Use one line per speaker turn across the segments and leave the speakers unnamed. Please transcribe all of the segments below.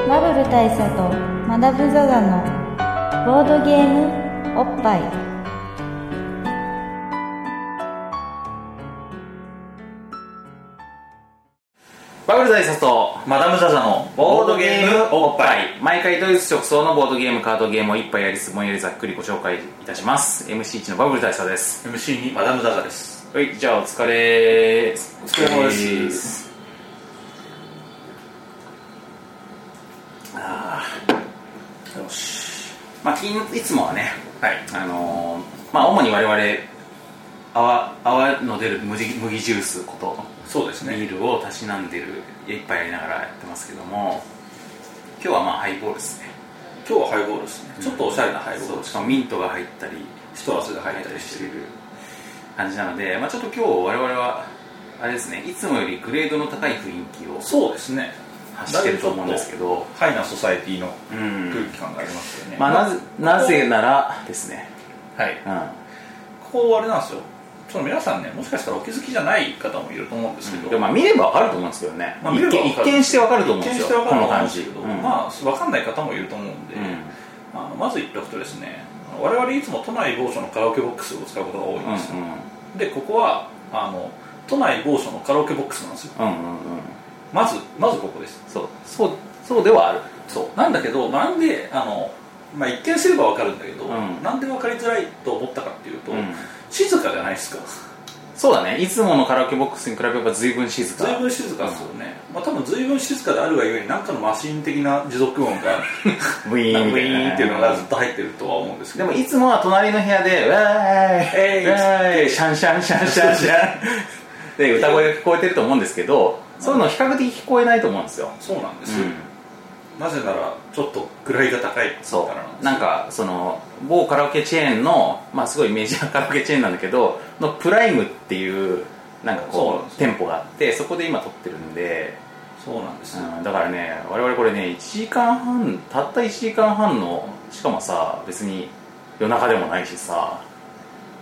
大佐とマダム・ザ・ザのボードゲームおっぱい
バブル大佐とマダム・ザ・ザのボードゲームおっぱい毎回ドイツ直送のボードゲームカードゲームを一杯やりつつぼんやりざっくりご紹介いたします MC1 のバブル大佐です
MC にマダム・ザ・ザです
はいじゃあお疲れお
疲れ様ですよし
まあ、きんいつもはね
はい
あのーまあ主に我々泡泡の出る麦麦ジュースこと
そうです
ビ
ね
ールをたしなんでる一杯やりながらやってますけども今日はまあハイボールですね
今日はハイボールですねちょっとおしゃれなハイボール
そう
で
し
す
かもミントが入ったり
シトラスが入
入
っ
ったた
り
り
し
してている感じなので、まあ、ちょっと今日我々はあれですねいつもよりグレードの高い雰囲気を
そうですね
発してると思うんですけど、
ハイなソサエティの
う
空
ん
気感がありますよね、
まあ、なぜなぜならですね、
はい
うん、
ここあれなんですよちょっと皆さんねもしかしたらお気づきじゃない方もいると思うんですけど、
でもまあ見ればわかると思うんですけどね、
まあ見
一
れば
見
わか
一
る
見してわかると思うん
一
で
見
す
し
よ
てわ
こ
かると
の
思うん
感
です
じ、
けど、
うん
まあ分かんない方もいると思うんで、
う
あのまず言っておくとですね我々いつも都内某所のカラオケボックスを使うことが多いん
ん
ですよ、でここはあの都内某所のカラオケボックスなんですよ
うんうんうんうん
まずまずここです
そうそうそうではある
そうなんだけどなんであの、まあ、一見すれば分かるんだけど、
うん
なんで分かりづらいと思ったかっていうと、
うん
静かじゃないですか
そうだねいつものカラオケボックスに比べれば随分静か
随分静かですよね、まあ多分随分静かであるがゆえに何かのマシン的な持続音が
ブイ
ウ
ー
ィ
ンみた いなね
ーンっていうのがずっと入ってるとは思うんですけ
で
ど
もいつもは隣の部屋で「わーい
えい
わーいシャンシャンシャンシャンシャン」で歌声が聞こえてると思うんですけどそういうの比較的聞こえないと思うんですよ、
そうなんです
う
よ、
ん、
なぜならちょっと位が高いからなんですよ
そうなんかその某カラオケチェーンのまあすごいメジャーカラオケチェーンなんだけどのプライムっていうなんか
そう
こ
なんで
う
す
店舗があってそこで今撮ってるんで、
そうなんですよ、
うん、だからね我々これね1時間半たった1時間半のしかもさ別に夜中でもないしさ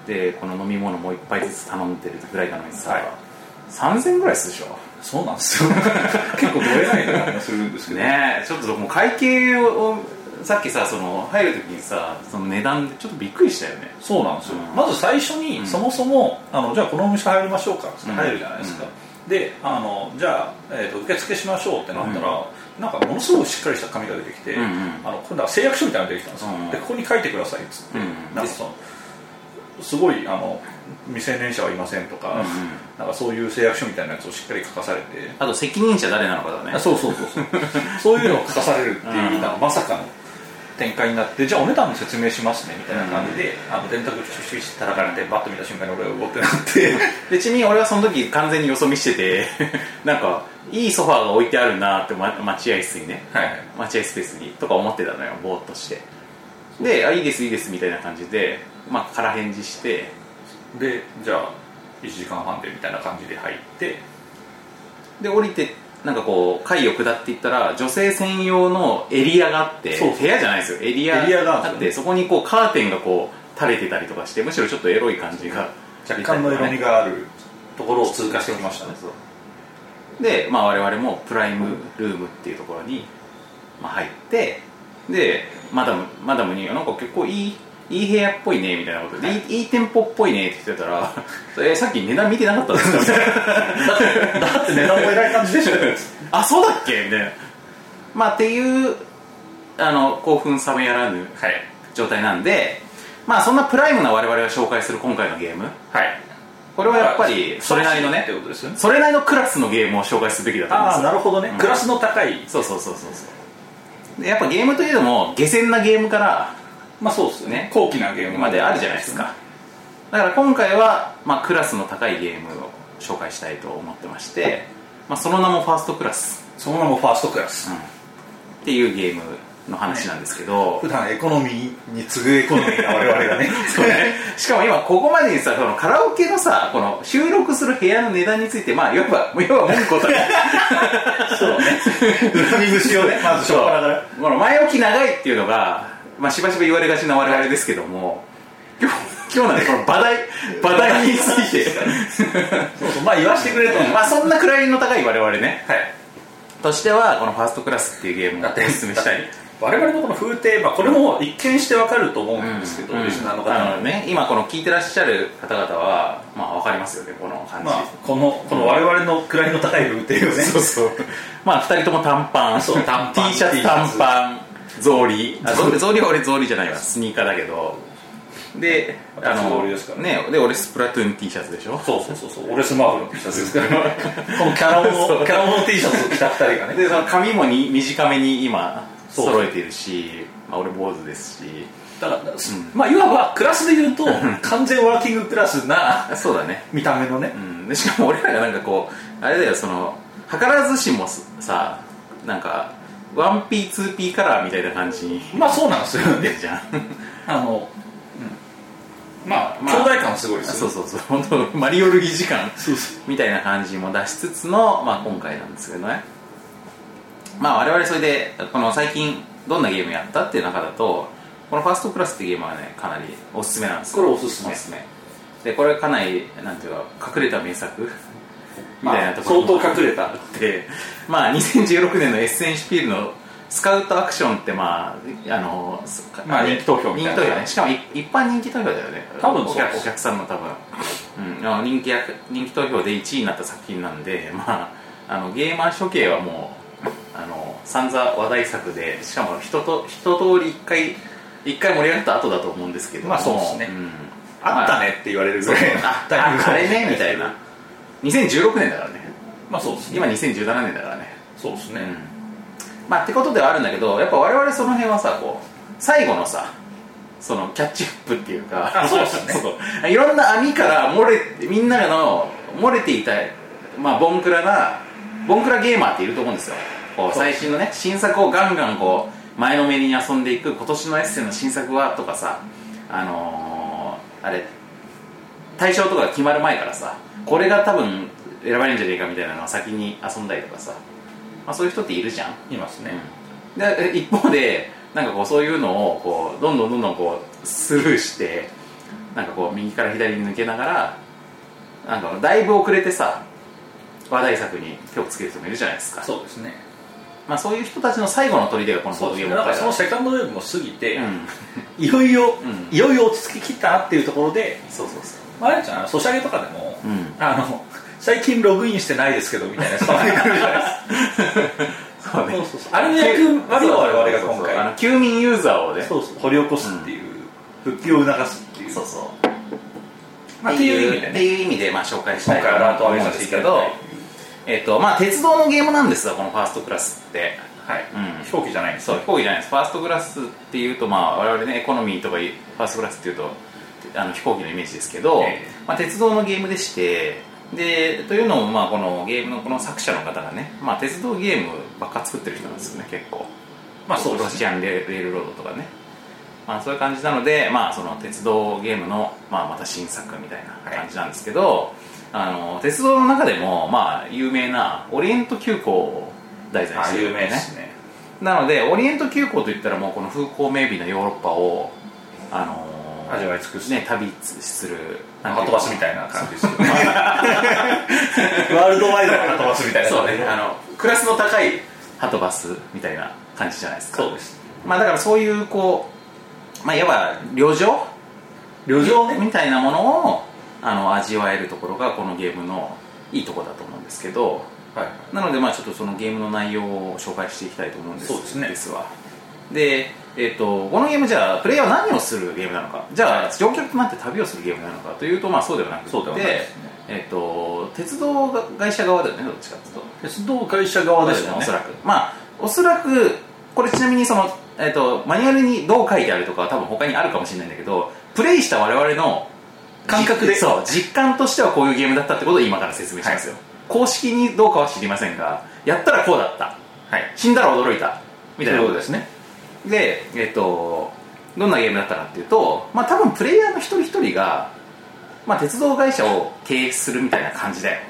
でこの飲み物も一杯ずつ頼んでるぐらいなのにさ、
はい
3000ぐらいするでしょ
そうなんですよ 結構どえない感じがするんですけど、
ねえちょっともう会計をさっきさその入るときにさその値段でちょっとびっくりしたよね
そうなんですよ、
うん
まず最初に、
うん
そもそもあのじゃあこのお店入りましょうかって入るじゃないですか、
うん
であのじゃあ、えーと受付しましょうってなったら、なんかものすごくしっかりした紙が出てきて、
うんうん
あの今度は誓約書みたいなのが出てきたんですよ、
うん
でここに書いてくださいっつって、
うん
なんかそのすごいあの未成年者はいませんとか、
うんうん
なんかそういう誓約書みたいなやつをしっかり書かされて、
あと責任者誰なのかだね
あそうそうそうそうそういうのを書かされるっていうのはまさかの展開になってじゃあお値段の説明しますねみたいな感じで、あの電卓シュシュシュシュ叩かれてバッと見た瞬間に俺が動ってな って
でちなみに俺はその時完全によそ見してて なんかいいソファーが置いてあるなって、ま、待合室にね
はい
待合スペースにとか思ってたのよぼーっとしてであいいですいいですみたいな感じでまあ空返事して
でじゃあ1時間半でみたいな感じで入って
で降りてなんかこう階を下っていったら女性専用のエリアがあって
そうそう
部屋じゃないですよエリア
エリアがあ
あ
る
っ
ん
て
で
そこにこうカーテンがこう垂れてたりとかしてむしろちょっとエロい感じが
若干の
出たりとかね
色味があるところを通過してきましたね
そうそうで、まあ、我々もプライムルームっていうところに、まあ、入ってでマダムマダムに「なんか結構いいいい部屋っぽいね」みたいなことで「いい、いい店舗っぽいね」って言ってたら 「えさっき値段見てなかったんですか?」 みたいな
だって値段も偉い感じでしたよね
「あそうだっけ?」みたいなまあっていうあの興奮冷めやらぬ
はい
状態なんでまあそんなプライムな我々が紹介する今回のゲーム
はい
これは やっぱりそれなりのね
ってことですよね
それなりのクラスのゲームを紹介すべきだと思いま
あ
す
あなるほどね、クラスの高い
そうそうそうそうそうでやっぱゲームといえども下船なゲームから
まあそうですよ
ね
ね高貴なゲーム
まであるじゃないですかだから今回は、まあ、クラスの高いゲームを紹介したいと思ってまして、まあ、その名もファーストクラス
そのままファーストクラス
っていうゲームの話なんですけど、
普段エコノミーに次ぐエコノミーな我々が ね
そうね、 しかも今ここまでにさそのカラオケのさこの収録する部屋の値段についてまあ要は要は文句をた
そうね恨み節をねまずしょっぱなから
この前置き長いっていうのが、まあ、しばしば言われがちな我々ですけども今日今日なんでこの場題場題について
そうそうまあ言わせてくれと
まあそんな位の高い我々ね、
はい
としてはこの「ファーストクラス」っていうゲームをお勧めしたい
我々のこの風景、まあ、これも一見してわかると思うんですけど、
うん
リスナーの方
あ
は
のね今この聞いてらっしゃる方々はまあわかりますよねこの感じ、
まあ、このこの我々の位の高い風景をね
そうそうまあ2人とも短パン
そう短パン
T シャ
T
ツ
シャ
短
ツ
パン草履あ草履草履は俺草履じゃないわスニーカーだけどであ
私
の
草履ですから
ねで俺スプラトゥーン T シャツでしょ
そうそうそうそう俺スマホの T シャツですから このキャラモ
そう
ンキャラモン T シャツを着た2人がね
でその髪もに短めに今
そう
揃えてるし、まあ、俺坊主ですし
だから、まあいわばクラスで言うと完全ワーキングクラスな
あそうだね
見た目のね
うんでしかも俺らがなんかこうあれだよその図らずしもさなんか 1P2P カラーみたいな感じに
まあそうなんですよ
出
ね
るじゃ ん
あの、うんまあ、
まあ
兄弟感すごいですよ
そうそうそう本当マリオルギ時間
そうそ
みたいな感じも出しつつの、まあ、今回なんですけどねまあ我々それでこの最近どんなゲームやったっていう中だとこの「ファーストクラス」ってゲームはねかなりおすすめなんですよ
これおすすめ
おすすめでこれかなりなんていうか隠れた名作みたいなところ
相
も
当隠れた
ってまあ2016年のエッセンシュピールのスカウトアクションってまああのす
まあ人気投票みたい
人
な
気投票ねしかもい一般人気投票だよね
多分
お
そうで
客
す
お客さんの多分、うん、あの人気や人気投票で1位になった作品なんでまああのゲーマー処刑はもうあの散々話題作でしかも一と一通り一回一回盛り上がった後だと思うんですけども
まあそうですね
ん
あったねって言われるぐらいの
あ
タイミング
ああれねみたいな2016年だからね
まあそうですね
今2017年だからね
そうですね、
まあってことではあるんだけどやっぱ我々その辺はさこう最後のさそのキャッチアップっていうか
あそうですね
そういろんな網から漏れみんなの漏れていたまあボンクラなボンクラゲーマーっていると思うんですよこう
そう
最新のね新作をガンガンこう前のめりに遊んでいく今年のエッセンの新作はとかさあのー、あれ対象とかが決まる前からさこれが多分選ばれるんじゃねえかみたいなのを先に遊んだりとかさ、まあ、そういう人っているじゃん
いますね、
で一方でなんかこうそういうのをこうどんどんどんどんこうスルーしてなんかこう右から左に抜けながらなんかだいぶ遅れてさ話題作に手をつける人もいるじゃないですか
そうですね
まあ、そういう人たちの最後の砦がこのボー
そう
ド
で
ゲー
すね
ム
なん
会
かその
だ
セカンドウェーブも過ぎて、
うん
いよいよ、
うん
いよいよ落ち着ききったなっていうところで、
そうそうそ
まあ、あれじゃんソシャゲとかでも、
うん
あの最近ログインしてないですけどみたいな人 が出てくるじゃないですか
うそうね
そうそうそうあれの役割を我々が今回
あの休眠ユーザーをね
そうそう掘り起こすっていう、復帰を促すっていう
そうそう
まあ、っていう意味で
っ
ね
ていう意味で、まあ、紹介し
今
たい
回は
な
ラ
と
ートを
思う
上げ
ん
さ
で
せて
す
い
け
ただい
ど、えっとまあ、鉄道のゲームなんですがこのファーストクラスって
たはい、
うん
飛行機じゃないんです
そう飛行機じゃないですファーストクラスっていうとまあ我々ねエコノミーとかいうファーストクラスっていうとあの飛行機のイメージですけど、
ええ
まあ、鉄道のゲームでしてでというのもまあこのゲームのこの作者の方がね、まあ、鉄道ゲームばっか作ってる人なんですよね結構
まあそうで
ロ
す
シアンレレールロードとかね、まあ、そういう感じなので、まあ、その鉄道ゲームの、まあ、また新作みたいな感じなんですけど、あの鉄道の中でも、まあ、有名なオリエント急行を題材にしてるんだよ
ね
なのでオリエント急行といったらもうこの風光明媚なヨーロッパをあのー
味わい尽くす
ね旅する
ハトバスみ
い
たいな感じですよねワールドワイドのハトバスみたいな
そうねあのクラスの高いハトバスみたいな感じじゃないですか
そうです
まあだからそういうこうまあいわば旅情
旅情ね
みたいなものをあの味わえるところがこのゲームのいいとこだと思うんですけど
はい
なのでまあちょっとそのゲームの内容を紹介していきたいと思うんです
そうですね
ですわで、えっとこのゲームじゃあプレイヤーは何をするゲームなのかじゃあ乗客となって旅をするゲームなのかというとまあそうではなくて
そうではないですね
えっと鉄道が会社側だよねどっちかっていうと
鉄道会社側ですよ
お
ね
そらくまあおそらくこれちなみにその、えっとマニュアルにどう書いてあるとかは多分他にあるかもしれないんだけどプレイした我々の
感覚で
じそう実感としてはこういうゲームだったってことを今から説明しますよ、公式にどうかは知りませんがやったらこうだった
はい
死んだら驚いたみ
み
た
た
いな
いな
こ
ことと
で
ですすね
でえっとどんなゲームだったかっていうとまあ多分プレイヤーの一人一人が、まあ、鉄道会社を経営するみたいな感じだよ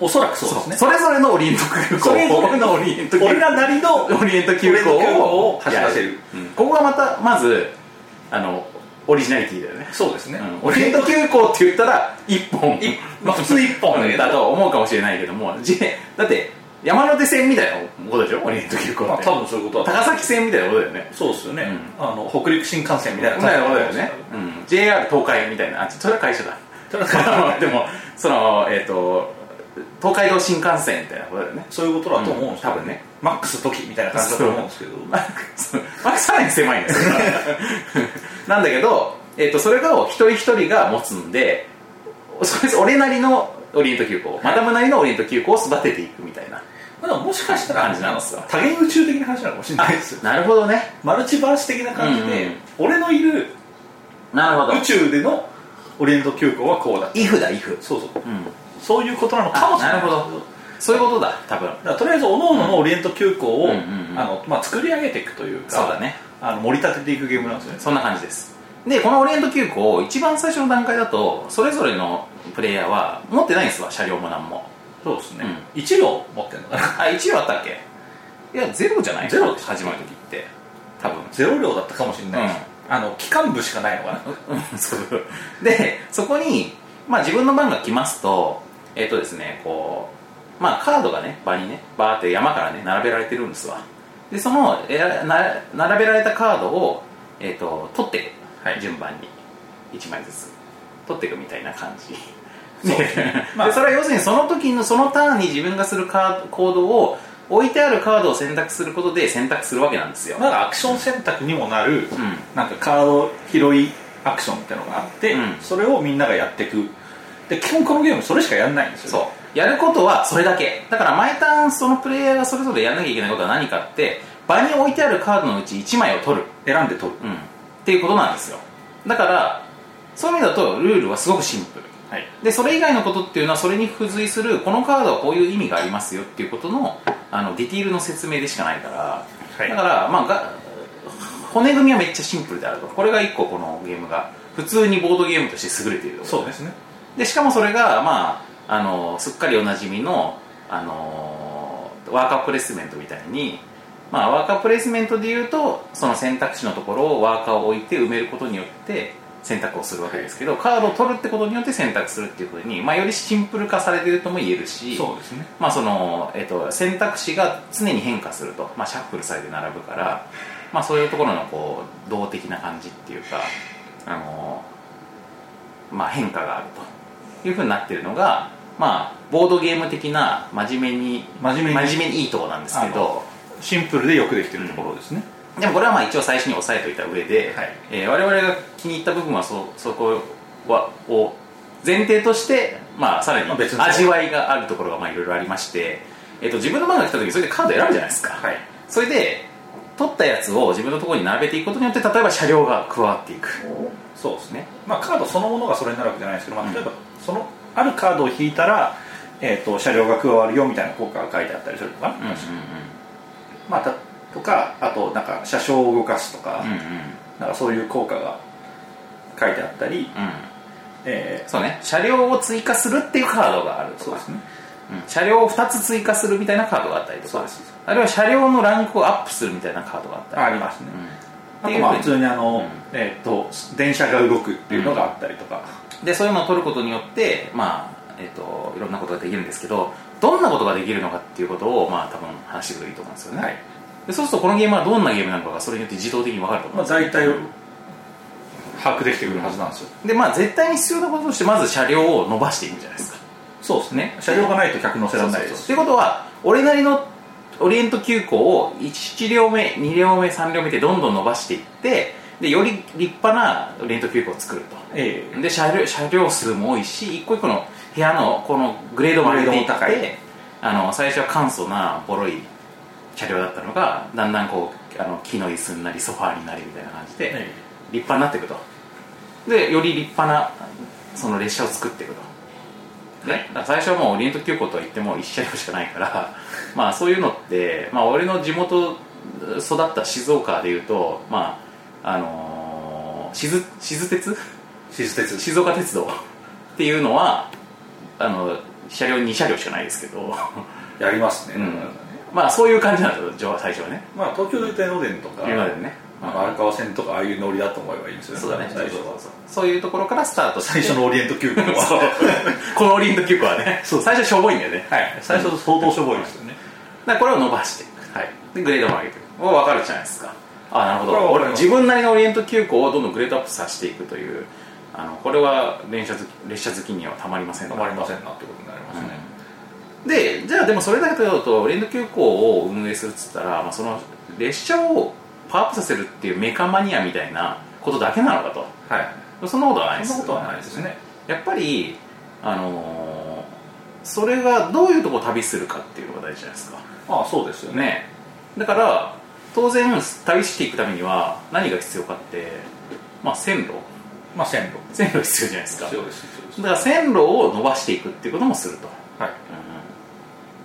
おそらくそうですね
それぞれのオリエント空港
それぞれ
僕のオリエント空港
俺らなりの
オリエント急行
オリエント急行
を
を走らせる
やうんここがまたまずあのオリジナリティだよね、
そうですね
うんオリエント急行って言ったら1本
いまあ普通一本だけど
だと思うかもしれないけどもじだって山手線みたいなことでしょオリエント急行って、
まあ多分そういうことだ
高崎線みたいなことだよね
そうですよね、あの北陸新幹線みたいな
みたいな
感
こ
じ
とだよね、うん、JR 東海みたいなあそれは会社だ でもそのえっ、と東海道新幹線みたいなことだよね
そういうことだと思うんですよ、
うん多分ね
マックス時みたいな感じだと思うんですけど
まあそうまあさらに狭いんですよ なんだけど、えっとそれを一人一人が持つんでそれ俺なりのオリエント急行マダムなりのオリエント急行を育てていくみたいな
まあでももしかしたら
感じなんですよ
多元宇宙的な話なのかもしれないですよ
なるほどね
マルチバース的な感じで、
うんうん
俺のいる
なるほ
宇宙でのオリエント急行はこうだ
イフだイフ
そうそう
うん
そういうことなのかもしれ
あ
ない
なるほどそういうことだ多分
だからとりあえずおのののオリエント急行を、
うんうんうん
あのまあ、作り上げていくというか
そうだね
あの盛り立てていくゲームなんですよね
そんな感じですでこのオリエント急行一番最初の段階だとそれぞれのプレイヤーは持ってないんですわ車両も何も
そうです
う
ね、一両持ってるのかな
あ1両あったっけいやゼロじゃない
ゼロです
始まる時って多分
ゼロ両だったかもしれないです、あの機関部しかないのかな
うん そうでそこに、まあ、自分の番が来ますとえっ、とですねこうまあカードがね場にねバーって山からね並べられてるんですわでそのえらな並べられたカードを、えっと取っていく、順番に1枚ずつ取っていくみたいな感じ
そう
で,、
まあ
でそれは要するにその時のそのターンに自分がするカー行動を置いてあるカードを選択することで選択するわけなんですよ、
なんかアクション選択にもな
う
る、
ん
なんかカード拾いアクションってのがあって、
うん
それをみんながやっていくで基本このゲームそれしかやらないんですよね、
そうやることはそれだけだから毎ターンそのプレイヤーがそれぞれやらなきゃいけないことは何かって場に置いてあるカードのうち1枚を取る、
選んで取る、
うん、っていうことなんですよだからそういう意味だとルールはすごくシンプル
はい、
でそれ以外のことっていうのはそれに付随するこのカードはこういう意味がありますよっていうことのあのディティールの説明でしかないから、
はい
だから、まあ、が骨組みはめっちゃシンプルであるとこれが1個このゲームが普通にボードゲームとして優れているところ
そうですね
でしかもそれが、まあ、あのすっかりおなじみの、あのワーカープレイスメントみたいに、まあ、ワーカープレイスメントでいうとその選択肢のところをワーカーを置いて埋めることによって選択をするわけですけど、カードを取るってことによって選択するっていうふうに、まあ、よりシンプル化されてるとも言えるし
そうですね
まあそのえっと、選択肢が常に変化すると、まあ、シャッフルされて並ぶから、まあ、そういうところのこう動的な感じっていうか、あのまあ、変化があるというふうになってるのが、まあ、ボードゲーム的な真面目に
真面目に
真面目にいいところなんですけ
あ
ど
のシンプルでよくできてるところですね、
でもこれはまあ一応最初に押さえておいた上で、
はい
えー我々が気に入った部分はそそこはを前提として、まあ、さらに
まあ別の
味わいがあるところがまあいろいろありまして、えっと自分の番が来た時にそれでカード選ぶじゃないですか、
はい
それで取ったやつを自分のところに並べていくことによって例えば車両が加わっていく
そうですね
ね、
まあ、カードそのものがそれになるわけじゃないですけど、ま
う
あ、
ん
例えばそのあるカードを引いたら、えー、と車両が加わるよみたいな効果が書いてあったりすると
う
か、
んうん
まあ、たとかあとなんか車掌を動かすとか,、
うんうん
なんかそういう効果が書いてあったり、
うん
え
そうね車両を追加するっていうカードがある
ー
と
そう
か
ですね
うん車両を2つ追加するみたいなカードがあったりと
そう
か
ですそうです
あるいは車両のランクをアップするみたいなカードがあったりとか
あありますね、
うん
あとまあ
っ
普
ていうふう
通
に
にあの、
うん
えー、と電車が動くっていうのがあったりとか、
でそういうのを取ることによってまあえっ、といろんなことができるんですけどどんなことができるのかっていうことをまあ多分話していくといいと思うんですよね、
はい
でそうするとこのゲームはどんなゲームなのかがそれによって自動的に分かると思うん
まあ、
ですよ
大体把握できてくるはずなんですよ、
でまあ絶対に必要なこととしてまず車両を伸ばしていくんじゃないですか
そうですね車両がないと客乗せられないです
ということは俺なりのオリエント急行を1両目2両目3両目ってどんどん伸ばしていってでより立派なオリエント急行を作ると
ええ
で車両車両数も多いし一個一個の部屋のこのグレードも上げていっ
グレードも高
て
い
あの最初は簡素なボロい車両だったのがだんだんこうあの木の椅子になりソファーになりみたいな感じで、
え
立派になっていくとでより立派なその列車を作っていくと、ね、だから最初はもうオリエント急行とは言っても一車両しかないから まあそういうのって、まあ、俺の地元育った静岡でいうとまああのー、静静鉄
施設鉄
静岡鉄道っていうのはあの車両2車両しかないですけど
やりますね、
うんまあそういう感じなんですよ最初はね
まあ東京で天王殿とか、
今までね、
まあ、荒川線とかああいうノリだと思えばいいんですよね
そうだねそう
最
そう
初
そう
は
そうそういうところからスタートして
最初のオリエント急行は
このオリエント急行はね最初しょぼいんだよね
はい最初相当しょぼいですよね、
だからこれを伸ばして、はい、でグレードも上げていくこれ分かるじゃないですかあなるほ
これは
ど
分か
俺
ります
自分なりのオリエント急行をどんどんグレードアップさせていくというあのこれは電車好き列車好きにはたまりません
た
な
まりませんなってことになりますね、
でじゃあでもそれだけだとオリエント急行を運営するっつったら、まあ、その列車をパワーアップさせるっていうメカマニアみたいなことだけなのか
はい
とそんなことはないです
そんなことはないですね
やっぱりあのーそれがどういうとこ旅するかっていうのが大事じゃないですか
ああそうですよね
ねだから当然旅していくためには何が必要かってまあ線路
まあ線路
線路必要じゃないですか
必要です必要です
だから線路を伸ばしていくっていうこともすると、
はい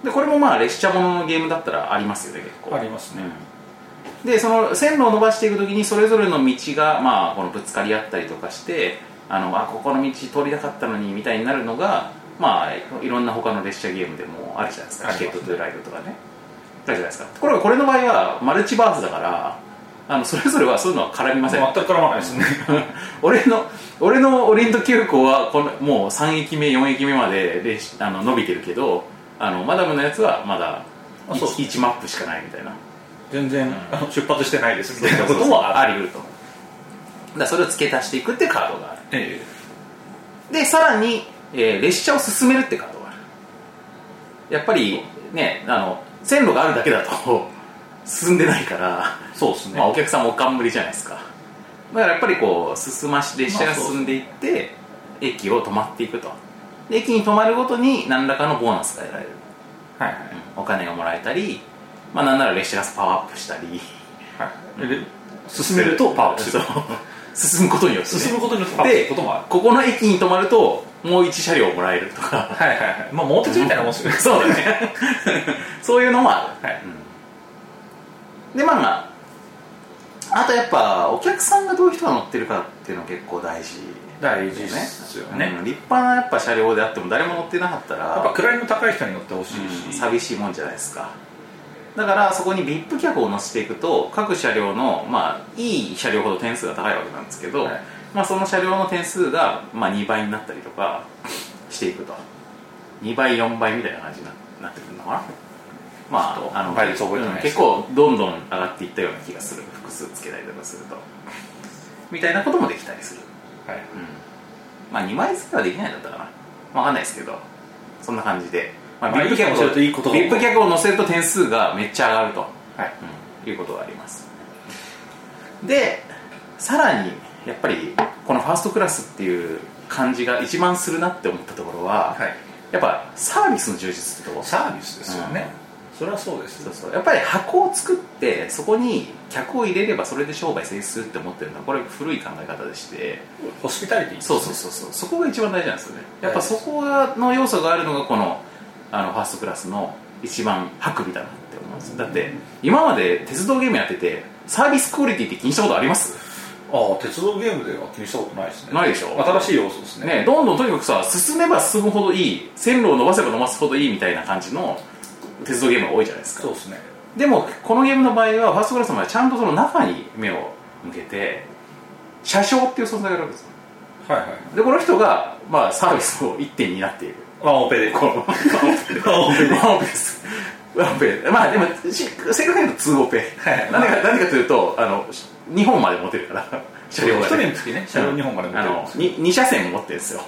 でこれもまあ列車もののゲームだったらありますよね結構
ありますね
うんでその線路を伸ばしていくときにそれぞれの道が、まあ、このぶつかり合ったりとかしてあのあここの道通りたかったのにみたいになるのが、まあ、いろんな他の列車ゲームでもあるじゃないですか「
あり
チ
ま
ケ
すね
ット・トゥ・ライド」とかねあるじゃないですかこれこれの場合はマルチバースだからあのそれぞれはそういうのは絡みません
全く絡まないですね
俺の俺のオリエント急行はこのもう3駅目4駅目までレシあの伸びてるけどあのマダムのやつはまだ
あそう
1, マップしかないみたいな
全然あの出発してないですみたいな
こ
ことと
も
も
あ
あ
り得るとだからそれを付け足していくっていうカードがある
え
でさらに、えー列車を進めるってカードがあるやっぱりねあの線路があるだけだと 進んでないから
えそうですね、
まあ、お客さんもおかんぶりじゃないですかだからやっぱりこう進まし列車が進んでいって、駅を止まっていくとで駅に止まるごとに何らかのボーナスが得られる、
はい
お金がもらえたり、まあなんなら列車がパワーアップしたり
はいで進めるとパワーアップす
そ
る
う進むことによってね、
進むことによってパワーアップすることもある
ここの駅に止まるともう1車両もらえるとか
はいはいはいまあ桃鉄みたいなもんですよね
そうだねそういうのもある
はい
でまあまああとやっぱお客さんがどういう人が乗ってるかっていうの結構大事
大事ですよね
うん立派なやっぱ車両であっても誰も乗ってなかったら
やっぱ位の高い人に乗ってほしい
うん
し、
寂しいもんじゃないですかだからそこに VIP 客を乗せていくと各車両のまあいい車両ほど点数が高いわけなんですけど、
はい
まあ、その車両の点数がまあ2倍になったりとかしていくと2倍4倍みたいな感じにななってくるのかなま
ちょっと
ああの
倍率覚えてないです
結構どんどん上がっていったような気がする複数つけたりとかするとみたいなこともできたりする
はい
まあ2枚付けはできないだったかなわかんないですけどそんな感じで、ま
まあいいことを乗せるといいことが
ビップ客を乗せると点数がめっちゃ上がると、
はい
うんいうことがありますでさらにやっぱりこのファーストクラスっていう感じが一番するなって思ったところは、
はい
やっぱサービスの充実ってとこ
サービスですよね、それはそうです
そうそうやっぱり箱を作ってそこに客を入れればそれで商売成立するって思ってるのはこれ古い考え方でして
ホスピタリティ
そうそうそうそうそこが一番大事なんですよねやっぱそこがの要素があるのがこのあのファーストクラスの一番薄利だなって思うんですよだって今まで鉄道ゲームやっててサービスクオリティって気にしたことあります
ああ鉄道ゲームでは気にしたことないですね
ないでしょ
新しい要素ですね
ねどんどんとにかくさ進めば進むほどいい線路を伸ばせば伸ばすほどいいみたいな感じの鉄道ゲームが多いじゃないですか
そうですね
でもこのゲームの場合はファーストクラスの場合はちゃんとその中に目を向けて車掌っていう存在があるわけですよ
はいはい
でこの人が、まあ、サービスを一点になっている
ワンオペでこうワンオペで
ワンオペです。ワンオペ。まあでも、し正確に言うと2オペ。
はい
なんでか、なんでかというと、あの、2本まで持てるから、車両が、
一人につきね車両2本まで持
あの
ってる
2、車線持ってるんですよ。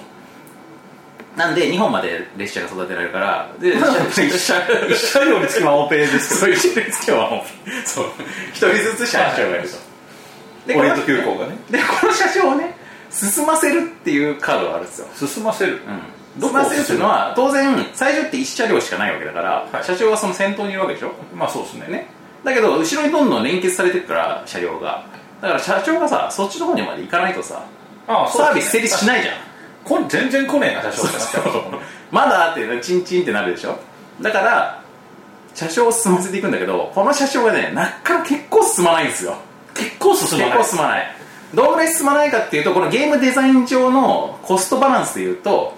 なんで、2本まで列車が育てられるから、 で、車
一車両につきワンオペです
そう、一人ずつはもう、そう、一人ずつ車掌がいると。で
オレント急行がね
で、この車掌をね、進ませるっていうカードがあるんですよ。
進ませる、
ど
ど
こ
こ
ま
を進
せる
む
っていうのは当然最初って1車両しかないわけだから、
はい
車掌はその先頭にいるわけでしょ
まあそうですね
ねだけど後ろにどんどん連結されてるから車両がだから車掌がさそっちの方にまで行かないとさ
ああ
サービス成立し
い
ないじゃん
全然来ねえな車掌ってなっちゃいますもんね
まだってチンチンってなるでしょだから車掌を進ませていくんだけどこの車掌がねなかなか結構進まないんですよ
結構進まない
結構進まないどんぐらい進まないかっていうとこのゲームデザイン上のコストバランスでいうと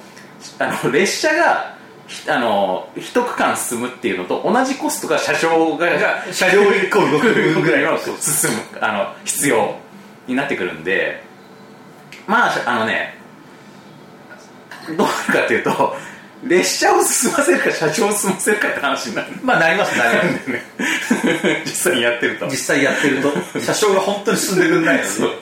あの列車がひあの一区間進むっていうのと同じコストが車掌が
が車両一個動く分
ぐ
ぐ
ら
ら
い
い
の
の
進むあの必要になってくるんでまああのねどうなるかっていうと列車を進ませるか車掌を進ませるかって話になる
まあなりますなります
ね 実際にやってると
実際やってると車掌が本当に進んでくんないの
そう
に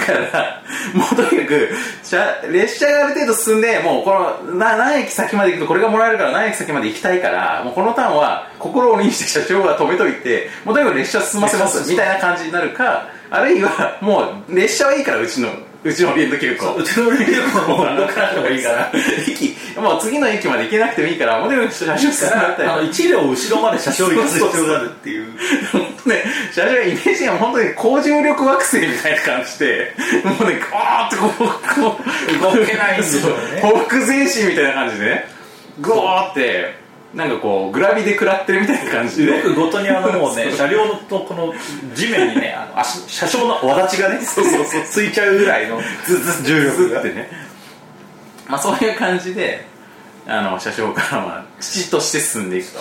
だからもうとにかく車列車がある程度進んでもうこのな何駅先まで行くとこれがもらえるから何駅先まで行きたいからもうこのターンは心を鬼にして車掌が止めといてもうとにかく列車進ませま
そうそう
す
そう
みたいな感じになるかあるいはもう列車はいいからうちのうちのオリエント急行
うちの旅行もう動かなくてもいいから
駅もう次の駅まで行けなくてもいいからもうとにかく車掌進んだったり
あの1両後ろまで車掌行かせる必要があるっていう
本当ね、社長イメージが本当に高重力惑星みたいな感じで、もうね、ガーッとこう、こう、
動けないんですよね
そうほふく前進みたいな感じでね、ゴーって、なんかこう、グラビで食らってるみたいな感じで、
よくごとにあのもうね車両のとこの地面にねあの足車掌のわだちがね
そうそうそう
ついちゃうぐらいの
ずず
重力が
ってね。まあそういう感じで、あの、車掌からは、父として進んでいくと。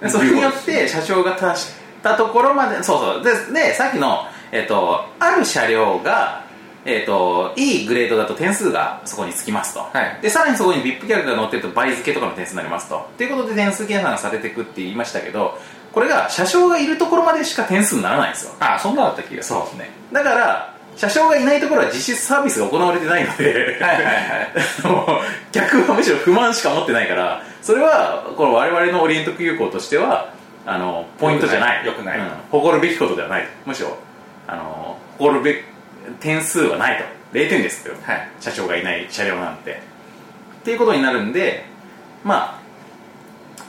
でそれによって車掌が達したところまでそうそうででさっきの、えっとある車両が、えっといいグレードだと点数がそこにつきますと、
はい
でさらにそこに VIP 客が乗ってると倍付けとかの点数になりますとということで点数計算がされていくって言いましたけどこれが車掌がいるところまでしか点数にならないんですよ
あそんなだった気がしますね
だから車掌がいないところは実質サービスが行われてないので
はいはいはい
もう客はむしろ不満しか持ってないからそれはこの我々のオリエント空港としてはあのポイントじゃない
良くない
うん
良くない
誇るべきことではないむしろあの誇るべ点数はないと0点ですよ、
はい
社長がいない車両なんてっていうことになるんでまあ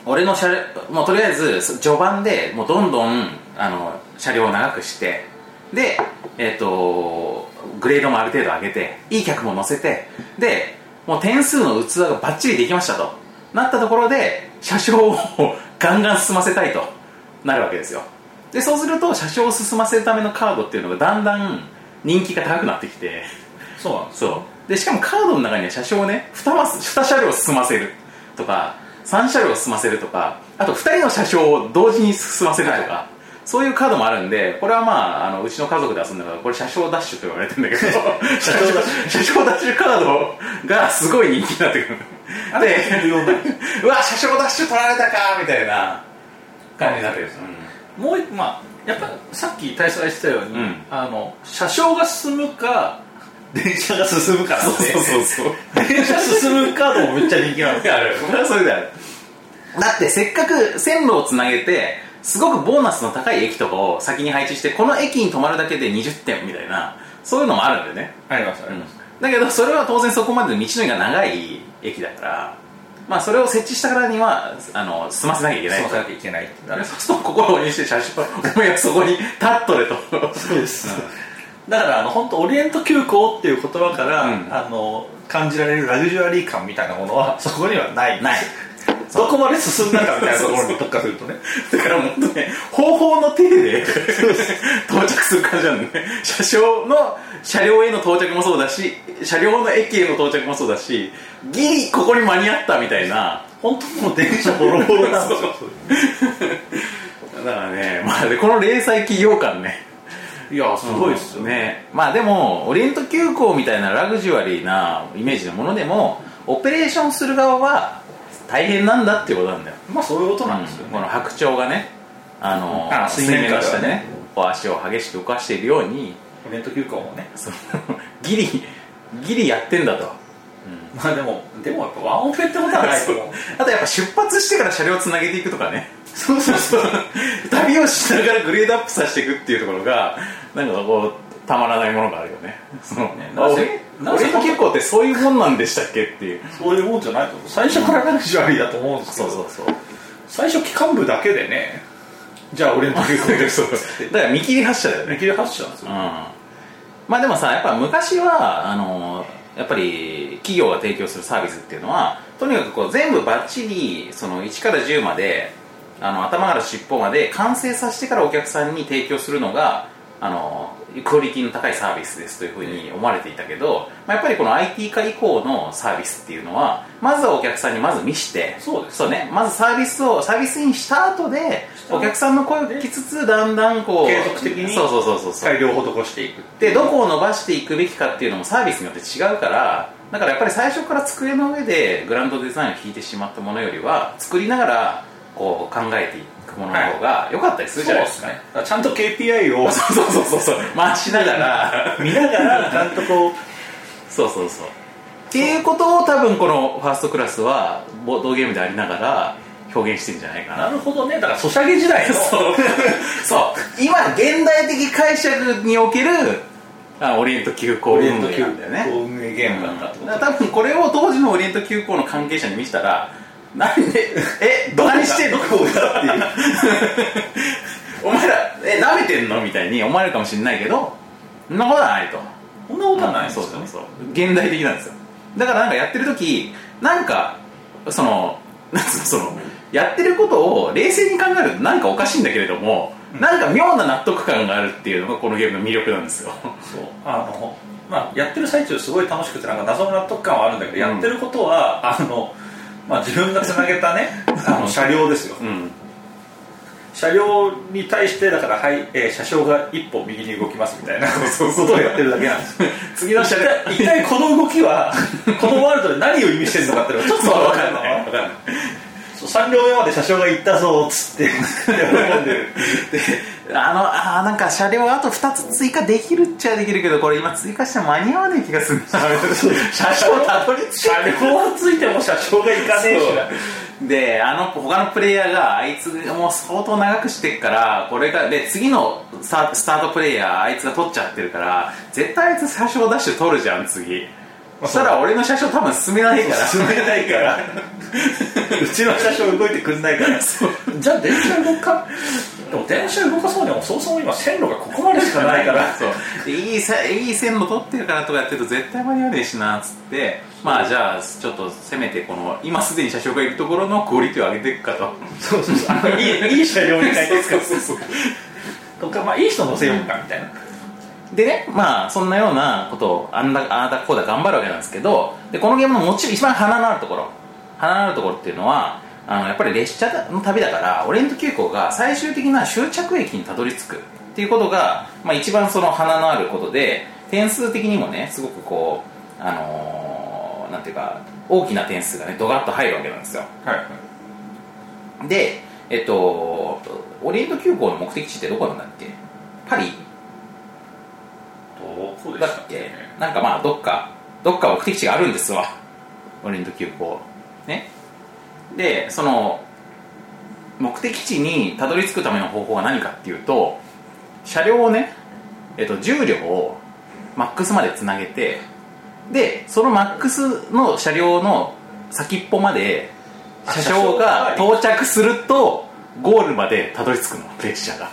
俺の車両もうとりあえずそ序盤でもうどんどんあの車両を長くしてでえっ、とグレードもある程度上げていい客も乗せてでもう点数の器がバッチリできましたとなったところで車掌を ガンガン進ませたいとなるわけですよでそうすると車掌を進ませるためのカードっていうのがだんだん人気が高くなってきて
そうなんです
そうでしかもカードの中には車掌をね2マス2車両進ませるとか3車両進ませるとかあと2人の車掌を同時に進ませるとか、そういうカードもあるんでこれはまああのうちの家族で遊んだからこれ車掌ダッシュと言われてるんだけど 車
掌ダ
掌
ッ
車掌ダッシュカードがすごい人気になってくる
あれ重要なんです
うわ車掌ダッシュ取られたかみたいな感じになってるんですよ
もう一まあやっぱさっき大佐が言ってたように、
うん
あの車掌が進むか電車が進むかなんで
そうそうそう そう
電車進むカードもめっちゃ人気なんですよ
あるそれはそれであるだってせっかく線路をつなげてすごくボーナスの高い駅とかを先に配置してこの駅に止まるだけで20点みたいなそういうのもあるんだよね、
ありますあ
う
り
ん
ます、、
だけどそれは当然そこまでの道のりが長い駅だからまあそれを設置したからにはあの済ませなきゃいけない
そうさなきゃいけないってな る
そうすると心を鬼にして写真をお前はそこに立っとれと
そうです、だからあの本当オリエント急行っていう言葉から、
うん
あの感じられるラグジュアリー感みたいなものはそこにはない
ない
どこまで進んだかみたいなところに特化すると ね
だからもう本当ね方法の手で到着する感じなんでね車掌の車両への到着もそうだし車両の駅への到着もそうだしギリここに間に合ったみたいな
本当もう電車ボロボロなんですよ
だからねまあでこの零細企業感ね
いやすごいっすよ、
ねまあでもオリエント急行みたいなラグジュアリーなイメージのものでもオペレーションする側は大変なんだっていうことなんだよ
まあそういうことなんですよ、
うんこ
ね
の白鳥がねあの
あ水面下
の下
で
で
ね
ねこう足を激しく動かしているように
オリエント急行もね
その ギリギリやってんだと
まあでもでもやっぱワンオペってことはないと思う
あとやっぱ出発してから車両をつなげていくとかね
そうそうそう
旅をしながらグレードアップさせていくっていうところがなんかこうたまらないものがあるよねその
ね
あ
なぜ
俺
なぜ
俺の結構ってそういうもんなんでしたっけっていう
そういうもんじゃないと思う最初からラグジュアリーだと思うんです
そ
けど
う そうそう
最初機関部だけでねじ ゃあオリエント急行ですって
だから見切り発車だよね
見切り発車なんです
うん
よ、
まあでもさやっぱ昔はあのやっぱり企業が提供するサービスっていうのはとにかくこう全部バッチリその1から10まであの頭から尻尾まで完成させてからお客さんに提供するのがあのクオリティの高いサービスですというふうに思われていたけど、まあ、やっぱりこの IT 化以降のサービスっていうのはまずはお客さんにまず見して
そうです
そうねまずサービスをサービスインした後でお客さんの声を聞きつつだんだんこう
継続的に
そうそうそうそうそう
改良を施していく
でどこを伸ばしていくべきかっていうのもサービスによって違うからだからやっぱり最初から机の上でグランドデザインを引いてしまったものよりは作りながらこう考えていくものの方が良かったりす
そう
るじゃない
で
です
す
か、
ねだからちゃんと KPI を
そうそうそうそうそう回しながら
見ながらちゃんとこう
そうそうそうっていうことを多分このファーストクラスはボードゲームでありながら表現してるんじゃないかな
なるほどねだからソシャゲ時代の
そう そう今現代的解釈におけるあオリエント急行
オ
運
リ
営
エント
なんだよね
運営ゲームだったってこと
だから多分これを当時のオリエント急行の関係者に見せたら何で え何してんの
こうだっていう
お前らえ舐めてんのみたいに思われるかもしれないけどそんなことはないと
そんなことはないんです
そう
よ
そうそう現代的なんですよだからなんかやってる時なんかその なんつうのそのやってることを冷静に考えるとなんかおかしいんだけれども、なんか妙な納得感があるっていうのがこのゲームの魅力なんですよ
そうあのまあやってる最中すごい楽しくてなんか謎の納得感はあるんだけど、やってることはあの、まあ、自分がつなげた ねあの車両ですよ、
うん
車両に対してだから、はいえー車掌が一歩右に動きますみたいなことをやってるだけなんですよ
次の車両
一体この動き はこのワールドで何を意味してるのかっていうのがちょっと分かんない
わかんない
そう3両目まで車掌が行ったぞっつって喜んでる
あのあーなんか車両あと2つ追加できるっちゃできるけどこれ今追加しても間に合わない 気がする車掌たどり着い
車両はついても車掌が行かねえしな
であの他のプレイヤーがあいつもう相当長くしてっからこれがで次のスタスタートプレイヤーあいつが取っちゃってるから絶対あいつ車掌ダッシュ取るじゃん次そしたら俺の車掌多分進めないから
進めないからうちの車掌動いてくんないから じゃあ電車動かでも電車動かそうにもそもそも今線路がここまでしかないから
そうでいいさいい線路取ってるからとかやってると絶対間に合わねえしなっつってまあじゃあちょっとせめてこの今すでに車掌がいるところのクオリティを上げていくか と
そうそうそうあのいいいい車両に変えて使う
そうそうそう
とかまあいい人乗せようかみたいな
でねまあそんなようなことをあんだああだこうだ頑張るわけなんですけどでこのゲームのもちろん一番花のあるところ花のあるところっていうのはあのやっぱり列車の旅だからオレント急行が最終的な終着駅にたどり着くっていうことが、まあ、一番その花のあることで点数的にもねすごくこうあのーなんていうか大きな点数がねドガッと入るわけなんですよ
はい
でえっとオリエント急行の目的地ってどこなんだっけパリ
どこで
だ
し
った
っ
け
け
なんかまあどっかどっか目的地があるんですわオリエント急行ねでその目的地にたどり着くための方法は何かっていうと車両をね、えっと、重量をマックスまでつなげてでそのマックスの車両の先っぽまで
あ
車掌が到着するとゴールまでたどり着くの列車が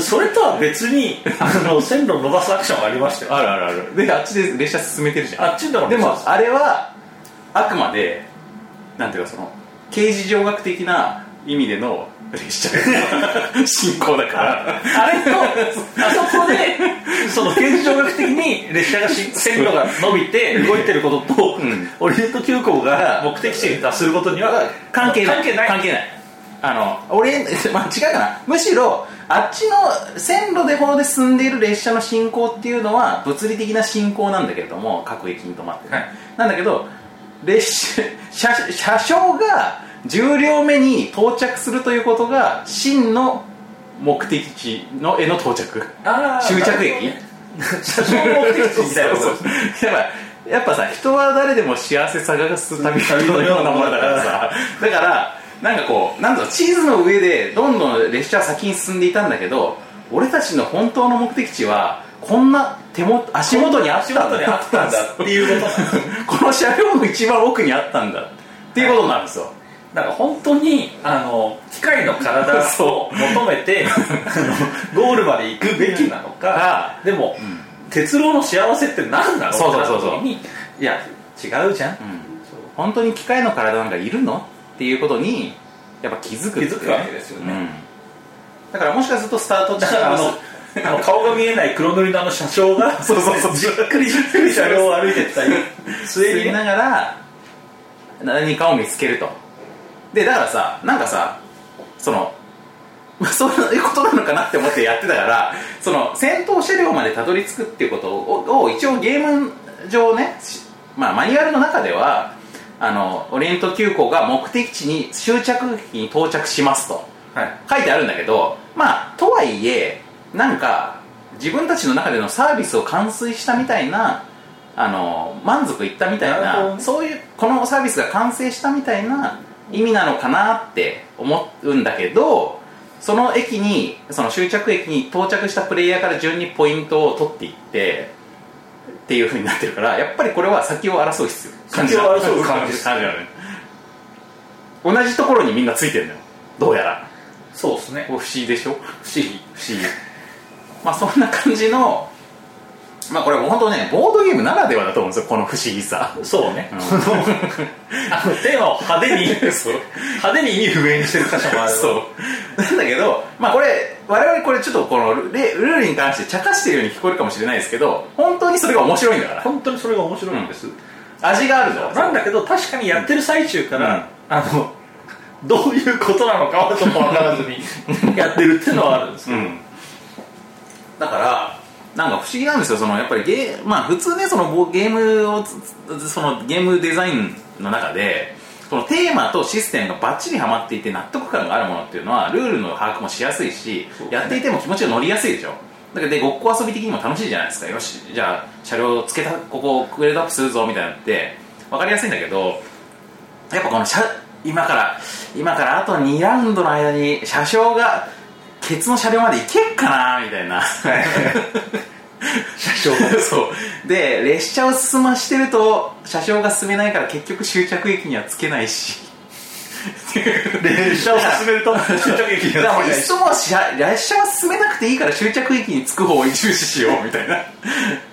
それとは別にあの線路を伸ばすアクションがありましたよ
あるあるあるであっちで列車進めてるじゃん
あっちの
でもあれはあくまでなんていうかその刑事上学的な意味での 列車の進行だから
あれと、あそこで、 その形状学的に列車がし線路が伸びて動いてることと、
うん
オリエント急行が目的地に達することには
関係ない
関係ない
関係ないあの俺、 まあ、違うかなむしろあっちの線路でほどで進んでいる列車の進行っていうのは物理的な進行なんだけれども各駅に止まってね、
はい
なんだけど列車 車車掌が10両目に到着するということが真の目的地のへの到着
あー
終着 駅
車掌の目的地みたいなこと
そうそうやっぱやっぱさ人は誰でも幸せ探す旅人のようなものだからさだからなんかこうなんだろう地図の上でどんどん列車は先に進んでいたんだけど俺たちの本当の目的地はこんな手元足元にあったん
足
だ
元にあったんだっていうことなんです
この車両の一番奥にあったんだっていうことなんですよ、
なんか本当にあの機械の体を
そ
求めてあのゴールまで行くべきなのか
あ
でも、鉄郎の幸せって何なの
そうそうそうそう
ってなった時にいや違うじゃん、そう
本当に機械の体なんかいるのっていうことにやっぱ気づくっていう
気づくわけですよね
うんだからもしかするとスタート地
だから あのあの顔が見えない黒塗りのあの車掌が
そうそう そう
じっくりじっくり車両を歩いてったり
吸
末
い
に
ながら何かを見つけるとでだからさなんかさそのまあ、そういうことなのかなって思ってやってたからその戦闘車両までたどり着くっていうことをを一応ゲーム上ね、しまあ、マニュアルの中ではあのオリエント急行が目的地に終着駅に到着しますと
はい
書いてあるんだけどまあとはいえなんか自分たちの中でのサービスを完遂したみたいなあの満足いったみたい
なるほ
な
どね
そういうこのサービスが完成したみたいな意味なのかなって思うんだけどその駅にその終着駅に到着したプレイヤーから順にポイントを取っていってっていうふうになってるからやっぱりこれは先を争う必要
先を争う
感
感
じで
じですす
感じだね同じところにみんなついてるのよどうやら
そうですね
これ不思議でしょ
不思議
不思議まあそんな感じのまあこれ本当ねボードゲームならではだと思うんですよこの不思議さ
そうね、
うん
このあのテーマを派手 に派手に意味不明にしてる箇所もある
そうなんだけどまあこれ我々これちょっとこのレルールに関して茶化してるように聞こえるかもしれないですけど本当にそれが面白いんだか
本当にそれが面白いんです、
ら味があるぞ
なんだけど確かにやってる最中から、あのどういうことなのかはちょっと分からずに やってるっていうのはあるんですけ
う
ど、
んだからなんか不思議なんですよそのやっぱりゲーまあ普通ねそのボゲームをつつそのゲームデザインの中でそのテーマとシステムがバッチリはまっていて納得感があるものっていうのはルールの把握もしやすいし、
そう
やっていても気持ちが乗りやすいでしょだけどでごっこ遊び的にも楽しいじゃないですかよしじゃあ車両つけたここグレードアップするぞみたいなのって分かりやすいんだけどやっぱこの車今から今からあと2ラウンドの間に車掌がケツの車両まで行けっかなみたいな
車掌
そうで列車を進ましてると車掌が進めないから結局終着駅には着けないし
列車を進めると終着駅に
だから
は
もういっそもう車列車は進めなくていいから終着駅に着く方を重視しようみたいな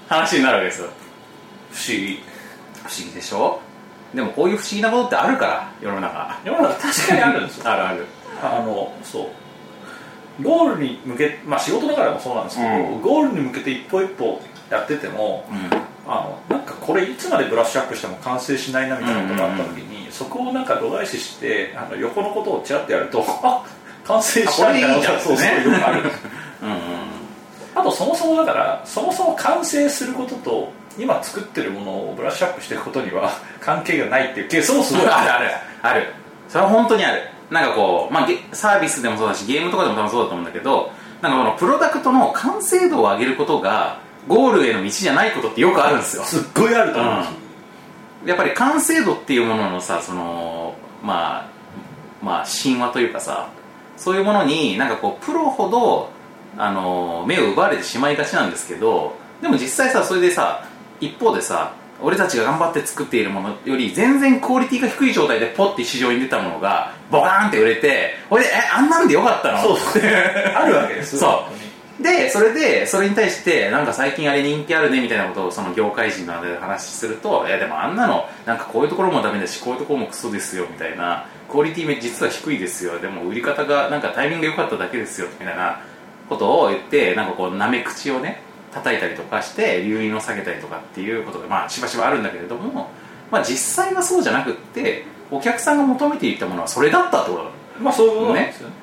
話になるわけですよ
不思議
不思議でしょでもこういう不思議なことってあるから世の中
世の中確かにあるんですよ
あるある
あのそうゴールに向けまあ仕事だからもそうなんですけど、
うん
ゴールに向けて一歩一歩やってても
う
あのなんかこれいつまでブラッシュアップしても完成しないなみたいなことがあった時に、そこをなんか度外視してあの横のことをちらってやるとあ完成したみたいなこと
あ
が
これ
そう
で
そう
いいじゃん
よくある
んうんうん
あとそもそもだからそもそも完成することと今作ってるものをブラッシュアップしていくことには関係がないっていうケースもすごい
あるあるあるそれは本当にあるなんかこう、まあ、ゲサービスでもそうだしゲームとかでも多分そうだと思うんだけどなんかこのプロダクトの完成度を上げることがゴールへの道じゃないことってよくあるんですよ、
すっごいあると思うんですよ、
うん、やっぱり完成度っていうもののさそのまあまあ神話というかさそういうものになんかこうプロほどあの目を奪われてしまいがちなんですけどでも実際さそれでさ一方でさ俺たちが頑張って作っているものより全然クオリティが低い状態でポッて市場に出たものがボカーンって売れてほいで「えあんなんでよかったの?」
そうそう あるわけですよ
そう
本当に
でそれでそれに対してなんか最近あれ人気あるねみたいなことをその業界人の間で話するといやでもあんなのなんかこういうところもダメだしこういうところもクソですよみたいなクオリティめ実は低いですよでも売り方がなんかタイミングが良かっただけですよみたいなことを言ってなんかこうなめ口をね叩いたりとかして留飲を下げたりとかっていうことがまあしばしばあるんだけれどもまあ実際はそうじゃなくってお客さんが求めていたものはそれだったってことだ
まあそういうことなんですよね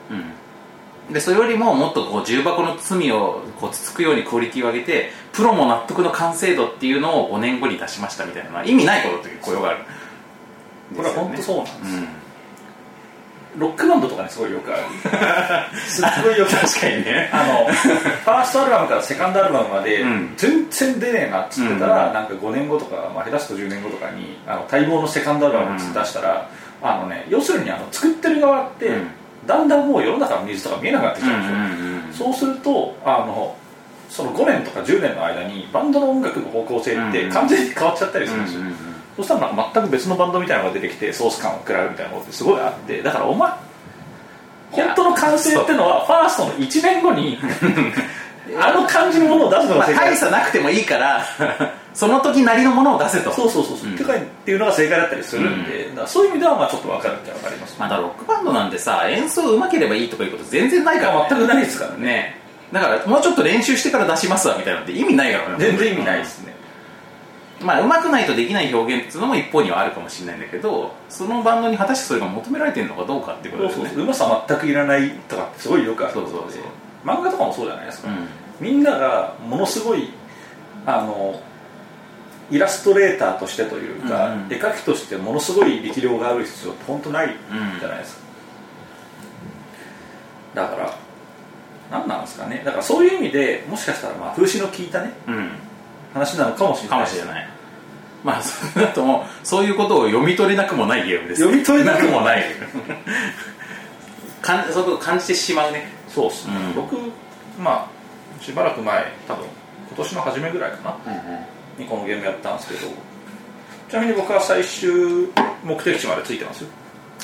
でそれよりももっとこう重箱の罪をこうつつくようにクオリティを上げてプロも納得の完成度っていうのを5年後に出しましたみたいなのは意味ないことという雇用がある
これは本当そうなんですよ、
うん
ロックバンドとかにすごいよくある すっごいよくある
確かにね
あのファーストアルバムからセカンドアルバムまで
うん
全然出ねえなっつってたら、
うん
なんか5年後とか、まあ、下手すると10年後とかにあの待望のセカンドアルバムを出したら、あのね、要するにあの作ってる側って、
うん
だんだんもう世の中のニーズとか見えなくなってき
う
ち
ん
ゃうんですよ、
うんうん
そうするとあのその5年とか10年の間にバンドの音楽の方向性って完全に変わっちゃったりするんですよ、
うんうんうん
そしたらなんか全く別のバンドみたいなのが出てきてソース感を食らうみたいなことってすごいあってだからお前本当の完成ってのはファーストの1年後にあの感じのものを出すの
ま
が
あ
正
大
解
差なくてもいいから その時なりのものを出せと
そうそうそうそう、
うん
世界っていうのが正解だったりするんで、だからそういう意味ではまあちょっと分かるっちゃ分かります、
まあだからロックバンドなんてさ演奏うまければいいとかいうこと全然ないから、ね、
全くないですからね
ねだからもうちょっと練習してから出しますわみたいなのって意味ないからね
全然意味ないですね、
まあ、うまくないとできない表現っていうのも一方にはあるかもしれないんだけどそのバンドに果たしてそれが求められてるのかどうかっていうこと
そう
です
そう
ね
そううまさ全くいらないとかってすごいよくあることで
そうそうそう
漫画とかもそうじゃないですか、
うん
みんながものすごいあのイラストレーターとしてというか、
うんうん
絵描きとしてものすごい力量がある必要って本当ないじゃないですか、だから何なんですかねだからそういう意味でもしかしたらまあ風刺の効いたね
うん
話なのかもしれ
か
な
も
い
しれないまあそれだともうそういうことを読み取れなくもないゲームです、ね、
読み取れなくも
ない かんそういうことを感じてしまうね
そうですね、
うん
僕まあしばらく前多分今年の初めぐらいかな
うん
にこのゲームやったんですけどちなみに僕は最終目的地まで着いてますよ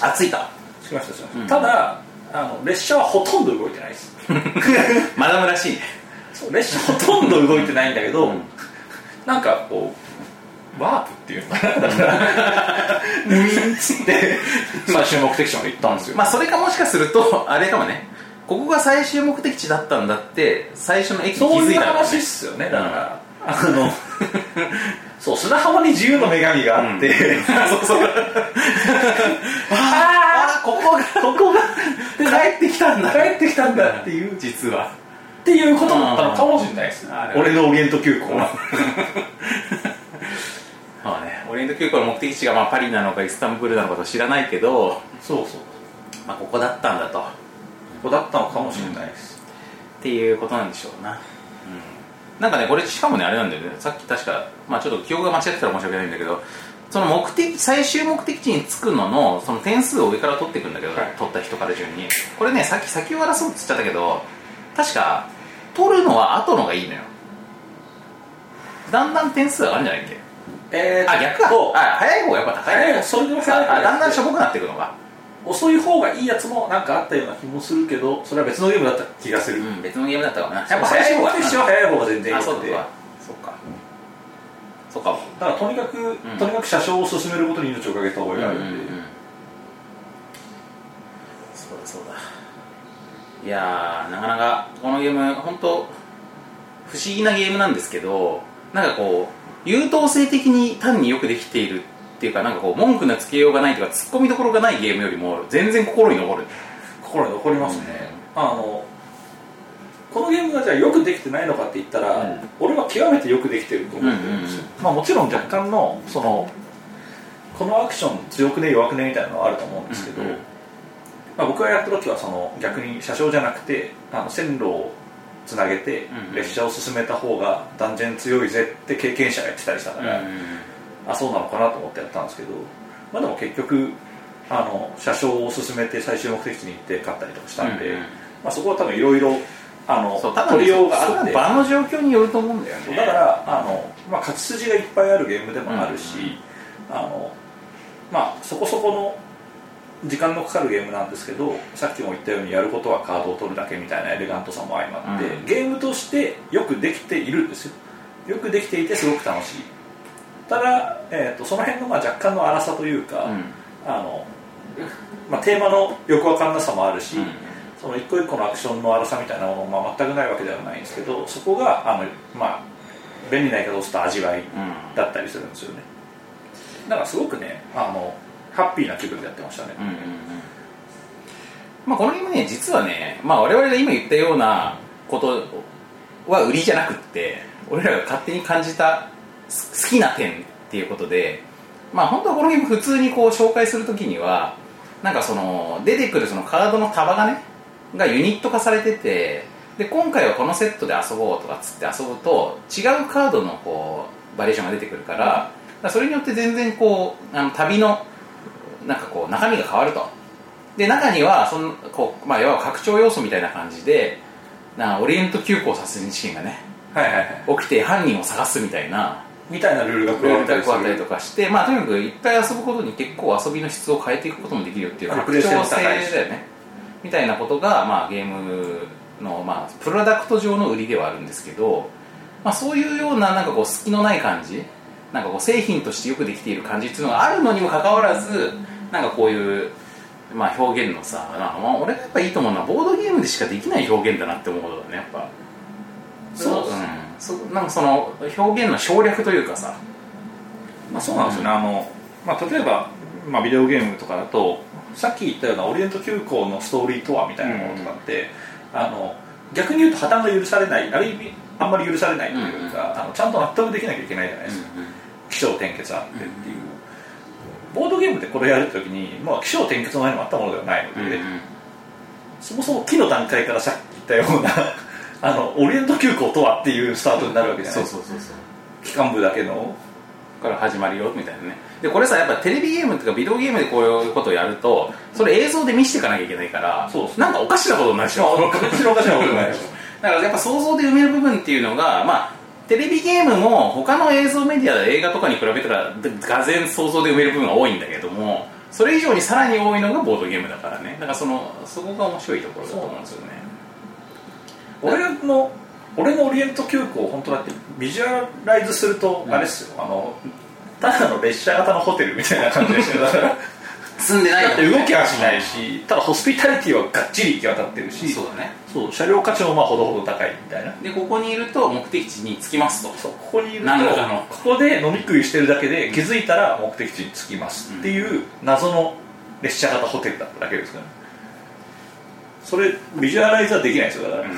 あついた
着きました着きました
うん
ただあの列車はほとんど動いてないです
マダムらしいね
そう列車ほとんど動いてないんだけど、
うん
なんかこうワープっていうのかなだから ウィーンっつって最終目的地まで行ったんですよ、
まあそれかもしかするとあれかもねここが最終目的地だったんだって最初の駅に気
そう
づ
い
いうたのかもね
話っすよねだから、あの そう砂浜に自由の女神があって、
そうそう
ああここがここが
帰ってきたんだ
帰ってきたんだっていう
実は
っていうことだったのかもしれないですね
あー
俺のオリエント急行は
まあねオリエント急行の目的地がまあパリなのかイスタンブールなのかと知らないけど、
そうそう
まあ、ここだったんだとっ
ここだったのかもしれないです、
ていうことなんでしょうな、うん、なんかねこれしかもねあれなんだよねさっき確か、まあ、ちょっと記憶が間違ってたら申し訳ないんだけどその目的最終目的地に着くののその点数を上から取っていくんだけど、
はい
取った人から順にこれねさっき先を争うって言っちゃったけど確か取るのは後のがいいのよだんだん点数上がるんじゃないっけ
え
あ逆か
そう
あ早い方がやっぱ高いね
早いそれでも
さ
早い
あだんだんしょ
ょ
ぼくなっていくのが、
遅い方がいいやつもなんかあったような気もするけどそれは別のゲームだった気がする、
うん、別のゲームだったかもなやっ
やっ
ぱ
ぱ
早
早
い
い
方
方
が
が
な
早い方が全然
あ
いい
そう
のでだ
かそうかそうか
からとにかく、とにかく車掌を進めることに命をかけた方がいいので、
そうだそうだいやーなかなかこのゲーム本当不思議なゲームなんですけどなんかこう優等生的に単によくできているっていうかなんかこう文句のつけようがないとかツッコミどころがないゲームよりも全然心に残る
心に残りますね、あのこのゲームがじゃあよくできてないのかって言ったら、
うん
俺は極めてよくできてると思ってるんですよ、
うん
まあ、もちろん若干のそのこのアクション強くね弱くねみたいなのはあると思うんですけど、
うんうん
まあ、僕がやった時はその逆に車掌じゃなくてあの線路をつなげて
うんうん
列車を進めた方が断然強いぜって経験者が言ってたりしたから、あそうなのかなと思ってやったんですけど、まあ、でも結局あの車掌を進めて最終目的地に行って勝ったりとかしたんで、
うんうん
まあ、そこは多分いろいろあの
そう多分
取りようがあって
その場の状況によると思うんだよね
だからあの、まあ、勝ち筋がいっぱいあるゲームでもあるし、
うん
あのまあ、そこそこの時間のかかるゲームなんですけどさっきも言ったようにやることはカードを取るだけみたいなエレガントさも相まって、
うん
ゲームとしてよくできているんですよよくできていてすごく楽しいただ、えー、とその辺のまあ若干の荒さというか、
うん
あのまあ、テーマのよくわかんなさもあるし、
うん
その一個一個のアクションの荒さみたいなものもまあ全くないわけではないんですけどそこがあの、まあ、便利な言い方をすると味わいだったりするんですよねだからすごくねあのハッピーな気分でやってましたね、
うんうんうんまあこのゲームね実はね、まあ、我々が今言ったようなことは売りじゃなくって俺らが勝手に感じたす好きな点っていうことでまあ本当はこのゲーム普通にこう紹介するときにはなんかその出てくるそのカードの束がねがユニット化されててで今回はこのセットで遊ぼうとかっつって遊ぶと違うカードのこうバリエーションが出てくるからだからそれによって全然こうあの旅のなんかこう中身が変わるとで中にはそのこう、まあ、いわば拡張要素みたいな感じでなオリエント急行殺人事件がね
はいはいはい
起きて犯人を探すみたいな
みたいなルールが加
ルー
わっ
ル
た
が
り
加わったり
す
と
る
かして、まあ、とにかく一回遊ぶことに結構遊びの質を変えていくこともできるっていう拡
拡
張
張性
性
も高い
だよねみたいなことが、まあ、ゲームの、まあ、プロダクト上の売りではあるんですけど、まあ、そういうようななんかこう隙のない感じなんかこう製品としてよくできている感じっていうのがあるのにもかかわらずなんかこういう、まあ、表現のさ、まあまあ、俺がやっぱいいと思うのはボードゲームでしかできない表現だなって思うことだねやっぱ
そう
うん、そなんかその表現の省略というかさ
まあ、そうなんですよね、あのまあ、例えば、まあ、ビデオゲームとかだとさっき言ったようなオリエント急行のストーリーとはみたいなものとかって、あの逆に言うと破綻が許されないある意味あんまり許されないというか、あのちゃんと納得できなきゃいけないじゃないですか、起承転結あってっていう、ボードゲームでこれやるときに、まあ、起承転結の前にもあったものではないので、そもそも木の段階からさっき言ったような あのオリエント急行とはっていうスタートになるわけじゃない
そう
です
そ
か
うそうそう
機関部だけの
から始まるよみたいなねでこれさやっぱテレビゲームとかビデオゲームでこういうことをやるとそれ映像で見せていかなきゃいけないから
そうそう
なんかおかしなことになるでしょ
おかしなおかしなことになるで しょ
だからやっぱ想像で埋める部分っていうのがまあテレビゲームも他の映像メディア映画とかに比べたらでがぜん想像で埋める部分が多いんだけどもそれ以上にさらに多いのがボードゲームだからねだからそのそこが面白いところだと思うんですよね
俺の俺のオリエント急行本当だってビジュアライズするとあれですよ、あのただの列車型のホテルみたいな感じでしたよ だから
住んでない
だって動きはしないしただホスピタリティはがっちり行き渡ってるし
そうだね
そう車両価値もまあほどほど高いみたいな
でここにいると目的地に着きますと
そうここにいると
何らかの
ここで飲み食いしてるだけで気づいたら目的地に着きますっていう謎の列車型ホテルだっただけですからねそれビジュアライズはできないですよだから、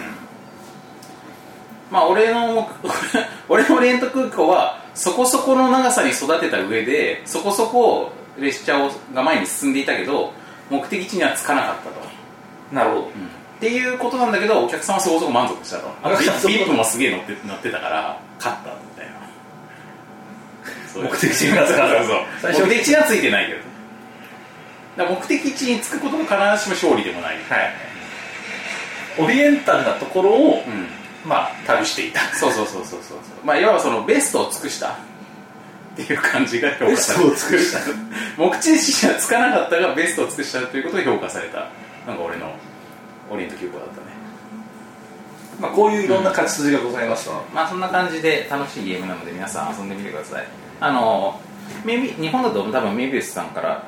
まあ俺の 俺のオリエント空港はそこそこの長さに育てた上でそこそこ列車をが前に進んでいたけど目的地には着かなかったと、
なるほど、
っていうことなんだけどお客さんはそこそこ満足したと
あそうそう
ビビップもすげえ乗って乗ってたから勝ったみたいなそういう
目的地には着かなかった
そう
最
そう
初
目的地には着いてないけどだから目的地に着くことも必ずしも勝利でもない、
はい、オリエンタルなところを、
うん
まあ旅していた
そうそうそうそうそうそうまあいわばそのベストを尽くしたっていう感じが評価され
ベストを尽くした
目的地にはつかなかったがベストを尽くしたということで評価されたなんか俺のオリエント急行だったね
まあこういういろんな勝ち筋がございますわ
まあそんな感じで楽しいゲームなので皆さん遊んでみてくださいあのメビ日本だと多分メビウスさんから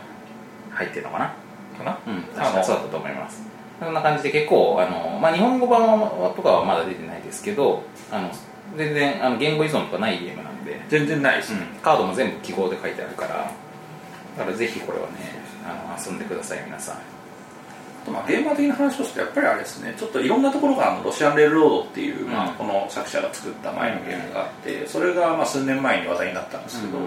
入ってるのかな
かな、
うん確
あ
か
の
そうだったと思いますそんな感じで結構あの、まあ、日本語版はとかはまだ出てないですけどあの全然あの言語依存とかないゲームなんで
全然ないです、
うん、カードも全部記号で書いてあるからだからぜひこれはねあの遊んでください皆さん
まあ、ゲーマー的な話をしてやっぱりあれですねちょっといろんなところがあのロシアンレールロードっていう、まあ、
うん
この作者が作った前のゲームがあってそれがまあ数年前に話題になったんですけど、
うん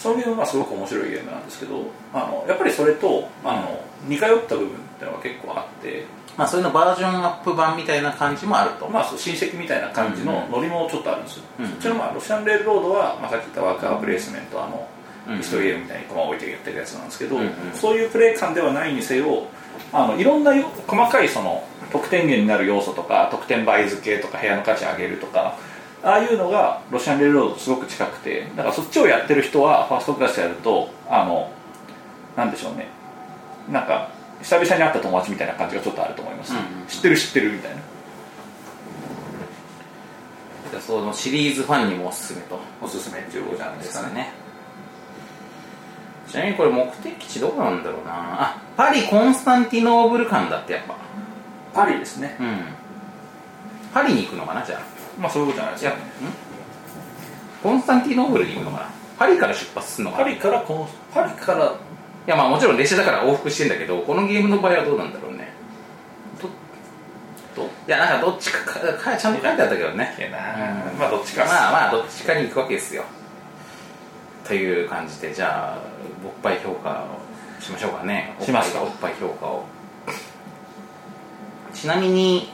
そのゲームはすごく面白いゲームなんですけどあのやっぱりそれとあの似通った部分っていうのが結構あって、
まあそれのバージョンアップ版みたいな感じもあると
まあ、そう親戚みたいな感じの
う
ノリもちょっとあるんですよ、
うん
そっちの、まあ、ロシアンレールロードは、まあ、さっき言ったワーカープレイスメントあの、
うん
一人ゲームみたいに駒を置いてやってるやつなんですけど、
うんうん
そういうプレイ感ではないにせよあのいろんなよ細かいその得点源になる要素とか得点倍付けとか部屋の価値上げるとかああいうのがロシアンレールロードとすごく近くてだからそっちをやってる人はファーストクラスやるとあのなんでしょうねなんか久々に会った友達みたいな感じがちょっとあると思いま
う
す、
んうん
知ってる知ってるみたいな
じゃあそのシリーズファンにもおすすめと
おすすめっていうことじゃないですかね
ちなみにこれ目的地どこなんだろうなあパリ・コンスタンティノーブル間だってやっぱ
パリですね
うんパリに行くのかなじゃあ
まあそういうことじゃないで
い
す
や
か
ん
ね
コンスタンティノーブルに行くのかなパリから出発するのかな
パリからこのパリから
いやまあもちろん列車だから往復してんだけどこのゲームの場合はどうなんだろうねど
ど
いやなんかどっちかかかちゃんと書いてあったけどねうん
まあどっちか
まあまあどっちかに行くわけですよという感じでじゃあおっぱい評価をしましょうかね
しますか
おっぱいおっぱい評価をちなみに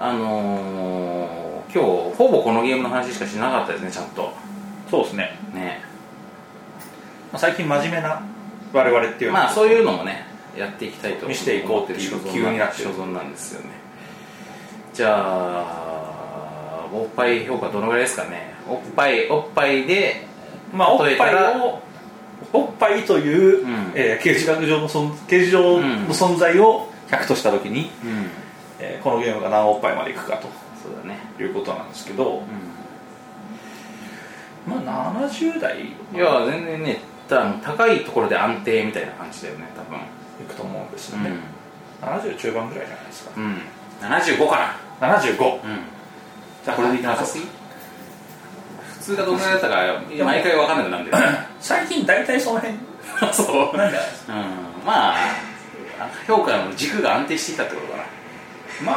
あのー今日ほぼこのゲームの話しかしなかったですねちゃんと
そうですね
ね
まあ最近真面目な我々っていうのは
まあそういうのもねやっていきたいと
見せていこうっていう
所
急になってる
存なんですよねじゃあおっぱい評価どのぐらいですかねおっぱいおっぱいで
まあおっ
例えた
ぱい
ら
をおっぱいという、
うん
えー、形式学上の存形式上の存在を100とした時に、
うん
えーこのゲームが何おっぱいまでいくかと
そうだね
いうことなんですけど、
う
まあ70代
んいや全然ねた高いところで安定みたいな感じだよね多分
いくと思うんですよね、70中盤ぐらいじゃないですか
うん、うん、75か
75
なうん
じゃあ
こ
こ
れでいき
れでいき
ま
ま
し
し
ょ
ょ
う
う
普通がどのぐらいだったか毎回分かんなくなるんだよね
最近大体 その辺
そう
なんか
うんまあ評価の軸が安定してきたってことかな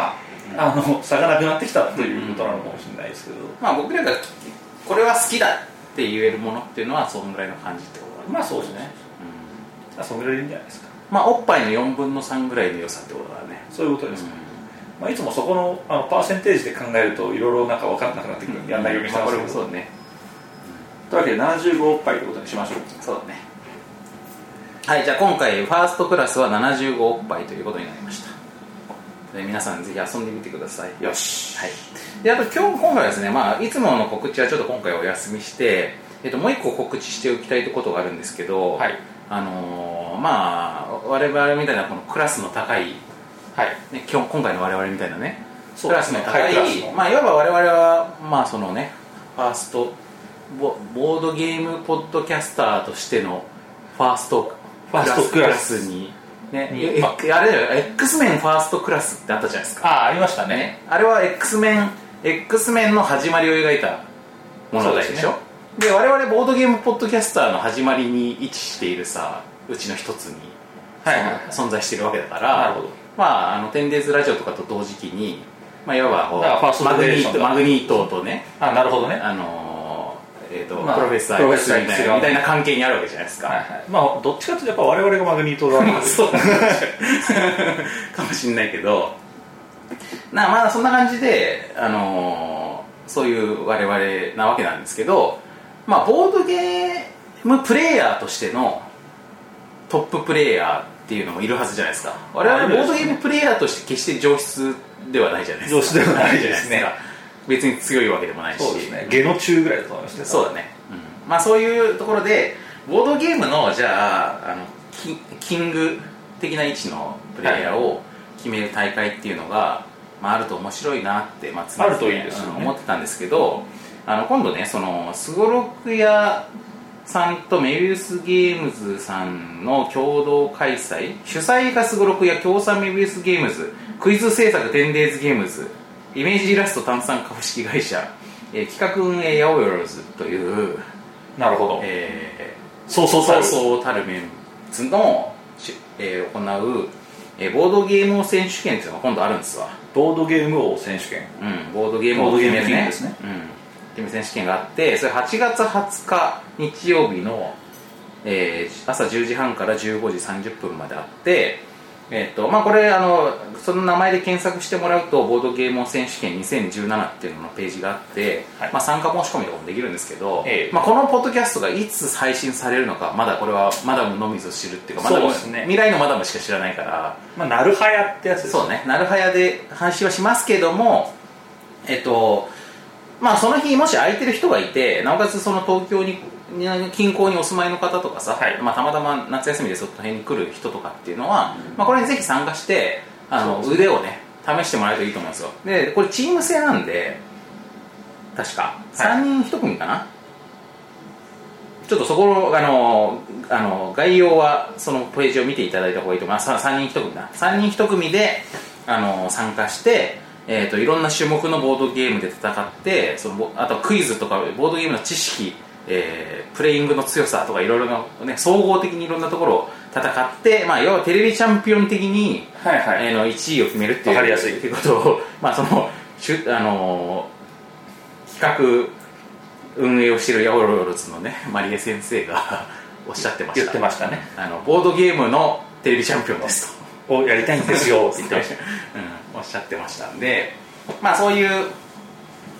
まああの差がなくなってきたということなのかもしれないですけど、
まあ僕らがこれは好きだって言えるものっていうのはそのぐらいの感じってことだね、
まあそうですね
うん
まあそのぐらいでいいんじゃないですか
まあおっぱいの4分の3ぐらいの良さってことだね
そういうことですね、まあ、いつもそこのあのパーセンテージで考えるといろいろなんか分かんなくなってくるんでやんないようにして
まあ
ま
こ
す
れ
け
もそ
ど、
うだね
というわけで75おっぱいってことにしましょう
そうだねはいじゃあ今回ファーストクラスは75おっぱいということになりましたで皆さんぜひ遊んでみてください
よし
はい、であと今日今回はですね、まあ、いつもの告知はちょっと今回お休みして、えっと、もう一個告知しておきたいことがあるんですけど、
はい
あのーまあ我々みたいなこのクラスの高い、ね、
はい
今日今回の我々みたいなね
そ
ク
うで
ラ
す
ス
ね
の高い、
はいクラスの
まあ、いわば我々は、まあ、そのねファーストボボードゲームポッドキャスターとしてのファースト
ファーストクラス
に、ね
うん
ええあれだよ X メンファーストクラスってあったじゃないですか
ああありましたね
あれは X メン X メンの始まりを描いたものでしょで,、我々ボードゲームポッドキャスターの始まりに位置しているさうちの一つに、
はいはいはい
その存在しているわけだか
な
ら
るほど
まああの「テンデイズラジオ」とかと同時期に、まあ、いわばこう
だからファースト
マグニ
ジェネレーショ
ー
ン
ト
だ
マグニートとね
あなるほどね
あのーえーと
まあ
プロフェッサ
プ
ー
ロ
X
フェッ
みた
サー X
いな
が
みたいな関係にあるわけじゃないですか、
はいはいまあどっちかというとやっぱ我々がマグニートだ
まあそうかもしんないけどなまあそんな感じで、あのーそういう我々なわけなんですけど、まあ、ボードゲームプレイヤーとしてのトッププレイヤーっていうのもいるはずじゃないですか我
あい
々
るで
ボ
し
ード
ょうね
ゲームプレイヤーとして決して上質ではないじゃないですか
上質ではないですね
じゃないですか別に強いわけでもないし
そうですね下の中ぐらいだと思いますね
そうだね、うんまあそういうところでボードゲームのじゃああのキキング的な位置のプレイヤーを決める大会っていうのが、まあ、あると面白いなって、まあ、常々
あるといいですよね
うん思ってたんですけどあの今度ねそのスゴロク屋さんとメビウスゲームズさんの共同開催主催がスゴロク屋協賛メビウスゲームズクイズ制作テンデイズゲームズイメージイラスト炭酸株式会社、えー企画運営ヤオヨロズという、
なるほど
え
そうそう
ー、そ
そう
そ
うそう
うたるメンツの、しえー行う、えーボードゲーム王選手権っていうのが今度あるんですわ
ボードゲーム王選手権
うん、ボードゲームを決める
ボードゲームキング
ね
ですね
うん、ゲーム選手権があってそれ8月20日日曜日の、えー朝10時半から15時30分まであってえっとまあ、これあのその名前で検索してもらうとボードゲーム王選手権2017っていうののページがあって、
はい
まあ、参加申し込みとかもできるんですけど、
ええ
まあ、このポッドキャストがいつ配信されるのかまだこれはマダムのみぞ知るっていうかマダム
そうですね
未来のマダムしか知らないから
まあなるはやってやつです
そうね、なるはやで配信はしますけども、えっと、まあその日もし空いてる人がいて、なおかつその東京に、近郊にお住まいの方とかさ、
はい
まあたまたま夏休みでその辺に来る人とかっていうのは、まあこれにぜひ参加して、あの、
そう
腕をね、試してもらえるといいと思うんですよ。で、これチーム制なんで、確か、3人1組かな、ちょっとそこのあのあの概要はそのページを見ていただいた方がいいと思いますさ3人1組だ3人1組であの参加して、えー、といろんな種目のボードゲームで戦ってそのボあとはクイズとかボードゲームの知識、えープレイングの強さとかいろいろな、ね、総合的にいろんなところを戦って、まあ、要はテレビチャンピオン的に
はいは
えーの1位を決めるっていう
わかりやすい
ってことを、 まあ、そのしゅ、あのー企画運営をしているヤオロヨロズのねマリエ先生が おっしゃってました
言ってましたね
あのボードゲームのテレビチャンピオンですと
をやりたいんです よって言ってました
うん、おっしゃってましたんで、まあ、そういう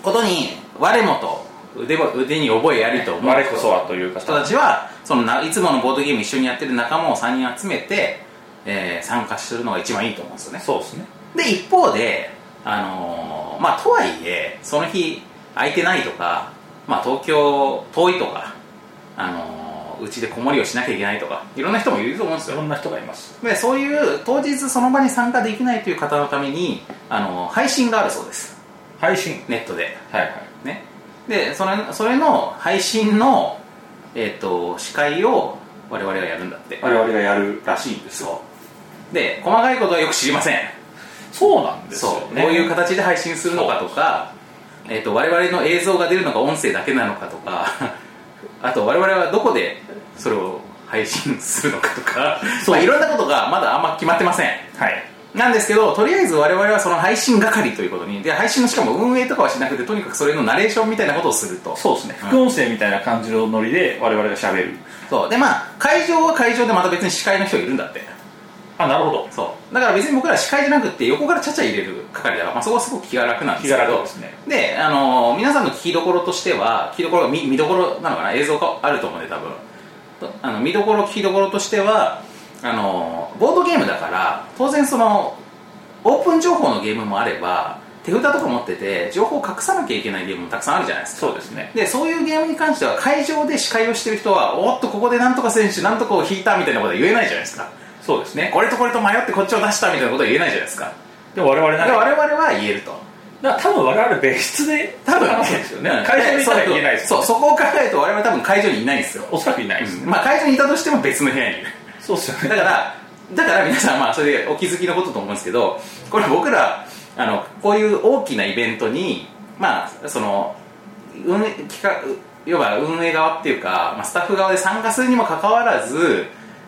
ことに我もと腕も腕に覚えありと思う
我こそはというか
人たちはそのないつものボードゲーム一緒にやってる仲間を3人集めて、えー参加するのが一番いいと思うんですよね
そうですね
で一方であのーまあとはいえその日空いてないとか、まあ、東京遠いとかあのーうちで子守りをしなきゃいけないとかいろんな人もいると思うんです
い
よ
ろんな人がいます
でそういう当日その場に参加できないという方のために、あのー配信があるそうです
配信
ネットで
はいはい
ねでそれそれの配信の、えっと司会を我々がやるんだって
我々がやるらしいんですよ
そうで細かいことはよく知りません
そうなんですよ
そう
ね
こういう形で配信するのかとかえー、と我々の映像が出るのが音声だけなのかとか あと我々はどこでそれを配信するのかとか
そう
まあいろんなことがまだあんま決まってません
はい
なんですけどとりあえず我々はその配信係ということにで配信のしかも運営とかはしなくてとにかくそれのナレーションみたいなことをすると
そうですね副音声みたいな感じのノリで我々がしゃべる
そうでまあ会場は会場でまた別に司会の人いるんだって
あなるほど
そうだから別に僕ら司会じゃなくて横からちゃちゃ入れる係だから、まあ、そこはすごく気が楽なんですけど
気が楽ですね
であのー皆さんの聞きどころとしては聞きどころが見見どころなのかな映像があると思うんで多分とあの見どころ聞きどころとしてはあのーボードゲームだから当然そのオープン情報のゲームもあれば手札とか持ってて情報を隠さなきゃいけないゲームもたくさんあるじゃないですか
そうですね
でそういうゲームに関しては会場で司会をしてる人はおっとここでなんとか選手なんとかを引いたみたいなことは言えないじゃないですか
そうです
ねこれとこれと迷ってこっちを出したみたいなことは言えないじゃないですか
でも我々
だ
な
から
ら
我々は言えると
だから多分我々別室で
多分
話すんですよね
うん
会社にいたら言えないです
そうそうそこを考えると我々は多分会場にいないんですよ、
おそらくいないです
まあ会場にいたとしても別の部屋にいる
そうですよね
だから、だから皆さん、まあ、それでお気づきのことと思うんですけど、これ僕ら、あの、こういう大きなイベントに、まあ、その、運営、企画、要は運営側っていうか、まあ、スタッフ側で参加するにもかかわらず、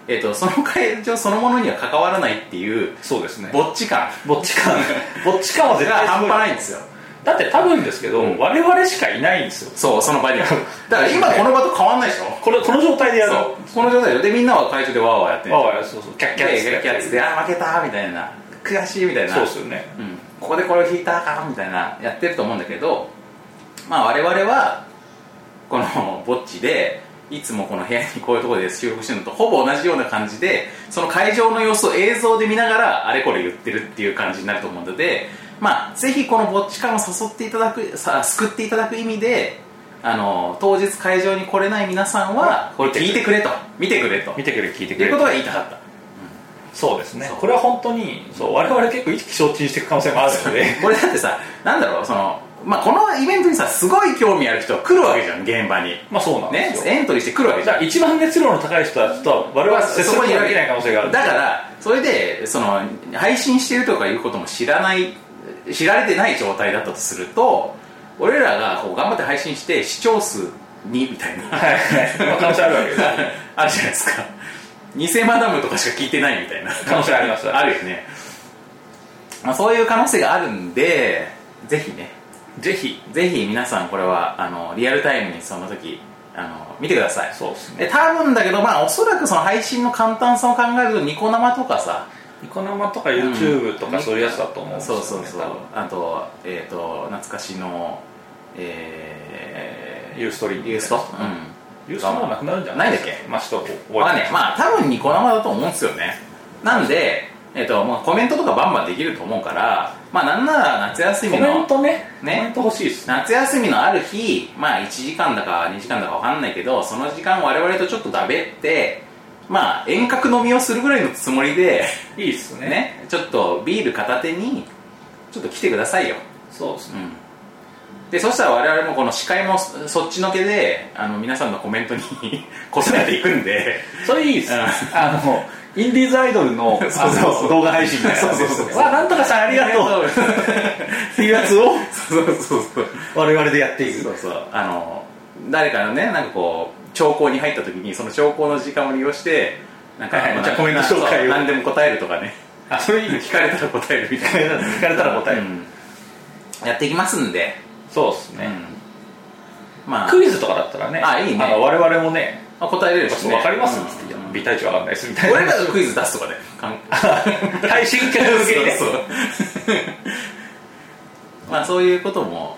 えっと、その会場そのものには関わらないっていう、
そうですね
ぼっち感
ぼっち感 ぼっち感は
が
絶対
半端ないいんですよ。
だって多分ですけど、
うん
我々しかいないんですよ
そう、その場には。だから今この場と変わんないでしょ
これこの状態でやる
そう、この状態で。で、みんなは会場でわーわーやってる。
ああそうそうキャッキ
キ
ャ
ャ
ッ
ッキャッキャッつって、あー、負けたーみたいな。悔しいみたいな。
そうですよね
うんここでこれを引いたかみたいなやってると思うんだけど、まあ、我々はこのぼっちでいつもこの部屋にこういうところで収録してるのとほぼ同じような感じでその会場の様子を映像で見ながらあれこれ言ってるっていう感じになると思うので、まあ、ぜひこのぼっち感を誘っていただくさ救っていただく意味であの当日会場に来れない皆さんはこれ聞いてくれと見てくれと
見てくれ聞いて
い
く
う
れ
ことが言いたかった。
そうですね
そう
これは本当にそう我々結構意識承知していく可能性もあるので
これだってさなんだろうその、まあ、このイベントにさすごい興味ある人は来るわけじゃん現場に
まあそうなんで
ね
すよ、
エントリーして来るわけじ
じ
ゃん
ゃあ一番熱量の高い人たちとは我々は接することができない可能性がある
だからそれでその配信してるとかいうことも知らない知られてない状態だったとすると俺らがこう頑張って配信して視聴数2みたいな、
はいはいまあ可能性あるわけですよ
あるじゃないですか偽マダムとかしか聞いてないみたいな
可能性あります
あるよね、まあ、そういう可能性があるんでぜひね
ぜひ
ぜひ皆さんこれはあのリアルタイムにその時あの見てください
そうですね
で多分だけどまあおそらくその配信の簡単さを考えるとニコ生とかさ
ニコ生とか YouTube とかそういうやつだと思うんですよ
そ
ね
うそうそう
多分
あとえっ、と懐かしのえー、
ユーストリーム
ユーストうん
ユーストもうなくなるんじゃないですか
ないんだっ
まあちょっと覚えて
まあねまあ多分ニコ生だと思うんですよねなんでえっ、ともうコメントとかバンバンできると思うからまあなんなら夏休み
コ
の
メントね
ね
コメント欲しいですね
夏休みのある日、まあ1時間だか2時間だかわかんないけど、その時間我々とちょっとだべって、まあ遠隔飲みをするぐらいのつもりで、
いいっすね
ね、ちょっとビール片手に、ちょっと来てくださいよ。
そうですね
うん。で、そしたら我々もこの司会もそそっちのけで、あの皆さんのコメントに 答えていくんで、
それいいっすねあのインディーズアイドルのあ の
そうそうそう
動画配信みたいなやつですね
そうそうそう
わなんとかさんありがとうっていうやつを
そうそうそう。
我々でやっていく
そうそうあの誰かのねなんかこう兆候に入った時にその兆候の時間を利用してなんか、
はいはい
ま
じゃあコメント紹介を
そう何でも答えるとかね
あそれいい
聞かれたら答えるみたいな
聞かれたら答える
うんやっていきますんで、
そうです
う
ね
んまあ
クイズとかだったらね
あいいね
の我々もね
まあ答えれるしね
分かります
うん
っつっていや「美体値わかんないです」みたいな
俺らがクイズ出すとかねかん
配信客向けにね
そうそう まあそういうことも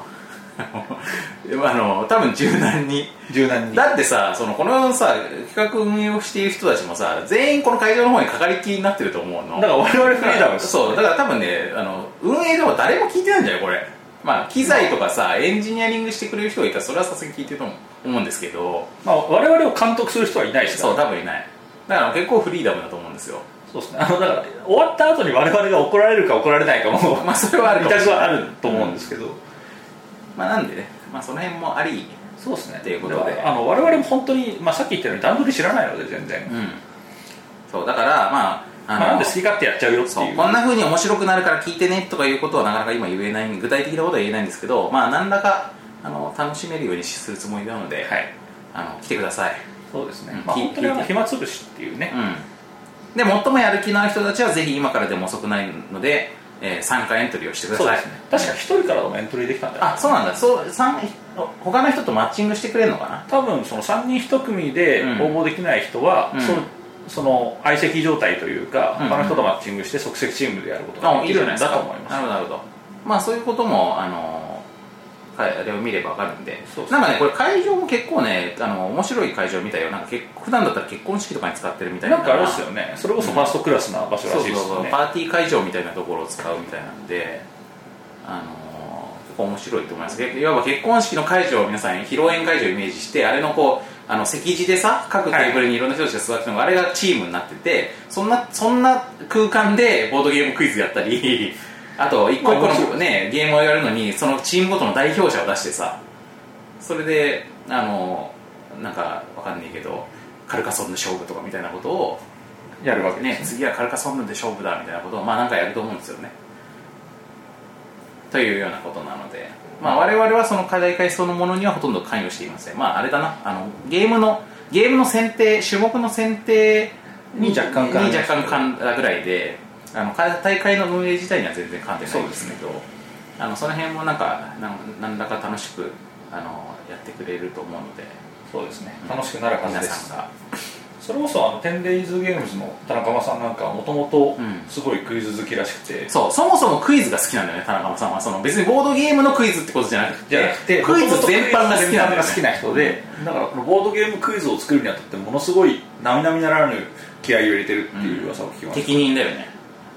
あの多分柔軟に
柔軟に
だってさそのこのさ企画運営をしている人たちもさ全員この会場の方にかかりっきりになってると思うの
だから我々フリーダムです
そうだから多分ねあの運営でも誰も聞いてないんじゃないこれまあ機材とかさエンジニアリングしてくれる人がいたらそれはさすがに聞いてると思う思うんですけど
まあ我々を監督する人はいないですから
そう多分いないだから結構フリーダムだと思うんですよ
そうですねあのだから終わった後に我々が怒られるか怒られないか も
まあそれはある
見
かも
たはあると思うんですけど、
まあなんでねまあその辺もあり
そうですね
ということで
あの我々も本当に、まあ、さっき言ったように段取り知らないので全然、
うんそうだからまああの
まあ、なんで好き勝手やっちゃうよって
そ
いうう
こんな風に面白くなるから聞いてねとかいうことはなかなか今言えない具体的なことは言えないんですけどまあ何らかあの楽しめるようにするつもりなので、
はい
あの来てください、
そうですね
うん、
まあ、
聞い
本当にあ
聞い
の
て
暇つぶしっていうね、
うん、で最もやる気のある人たちはぜひ今からでも遅くないので、えー参加エントリーをしてくだ
そう
さ
で
い
すね確か一人からでもエントリーできたんだよ
あそうなんだそう参他の人とマッチングしてくれるのかな
多分その3人1組で
うん
応募できない人は、
うん
そのその相席状態というか、
うん
他の人とマッチングして即席チームでやること
あ
がで
い
き
いじ
るん
ゃないです
だ
か
と思いま
なる
す
ほどなるほどまあそういうこともあのかあれを見ればわかるんで
そうそう
なんかねこれ会場も結構ねあの面白い会場見たよなんか結普段だったら結婚式とかに使ってるみたいな
なんかあれですよねそれこそファーストクラスな場所ら
そう
し
そう
いです
そ
よ
う
ね
パーティー会場みたいなところを使うみたいなんであの結構面白いと思いますいわば結婚式の会場を皆さん披露宴会場をイメージしてあれのこうあの席次でさ各テーブルにいろんな人たちが座ってるのが、あれがチームになっててそんなそんな空間でボードゲームクイズやったり あと一個一個
まあもち
の、ね、ゲームをやるのにそのチームごとの代表者を出してさそれであのなんかわかんないけどカルカソンの勝負とかみたいなことを
やるわけで
ね、
す、ね
次はカルカソンヌで勝負だみたいなことをまあなんかやると思うんですよねというようなことなので、まあ、我々はその課題解消のものにはほとんど関与していませんまああれだなあのゲームのゲームの選定種目の選定
に若干関
関
与
に若干関ぐらいであのか大会の運営自体には全然関係ないんですけどあのその辺もなんかなん何らか楽しくあのやってくれると思うので
そうですね楽しくなるはず
皆
です、
さんが
それこそあの 10days ゲームズの田中間さんなんかはもともと
うん
すごいクイズ好きらしくて、
そうそもそもクイズが好きなんだよね田中さんはその別にボードゲームのクイズってことじゃなくて
じゃなくて
クイズ全般が好きなんだよ、ね、
全般が好きな人で、だからこのボードゲームクイズを作るにあたってものすごい並々ならぬ気合を入れてるっていう噂を聞きました、
適任だよね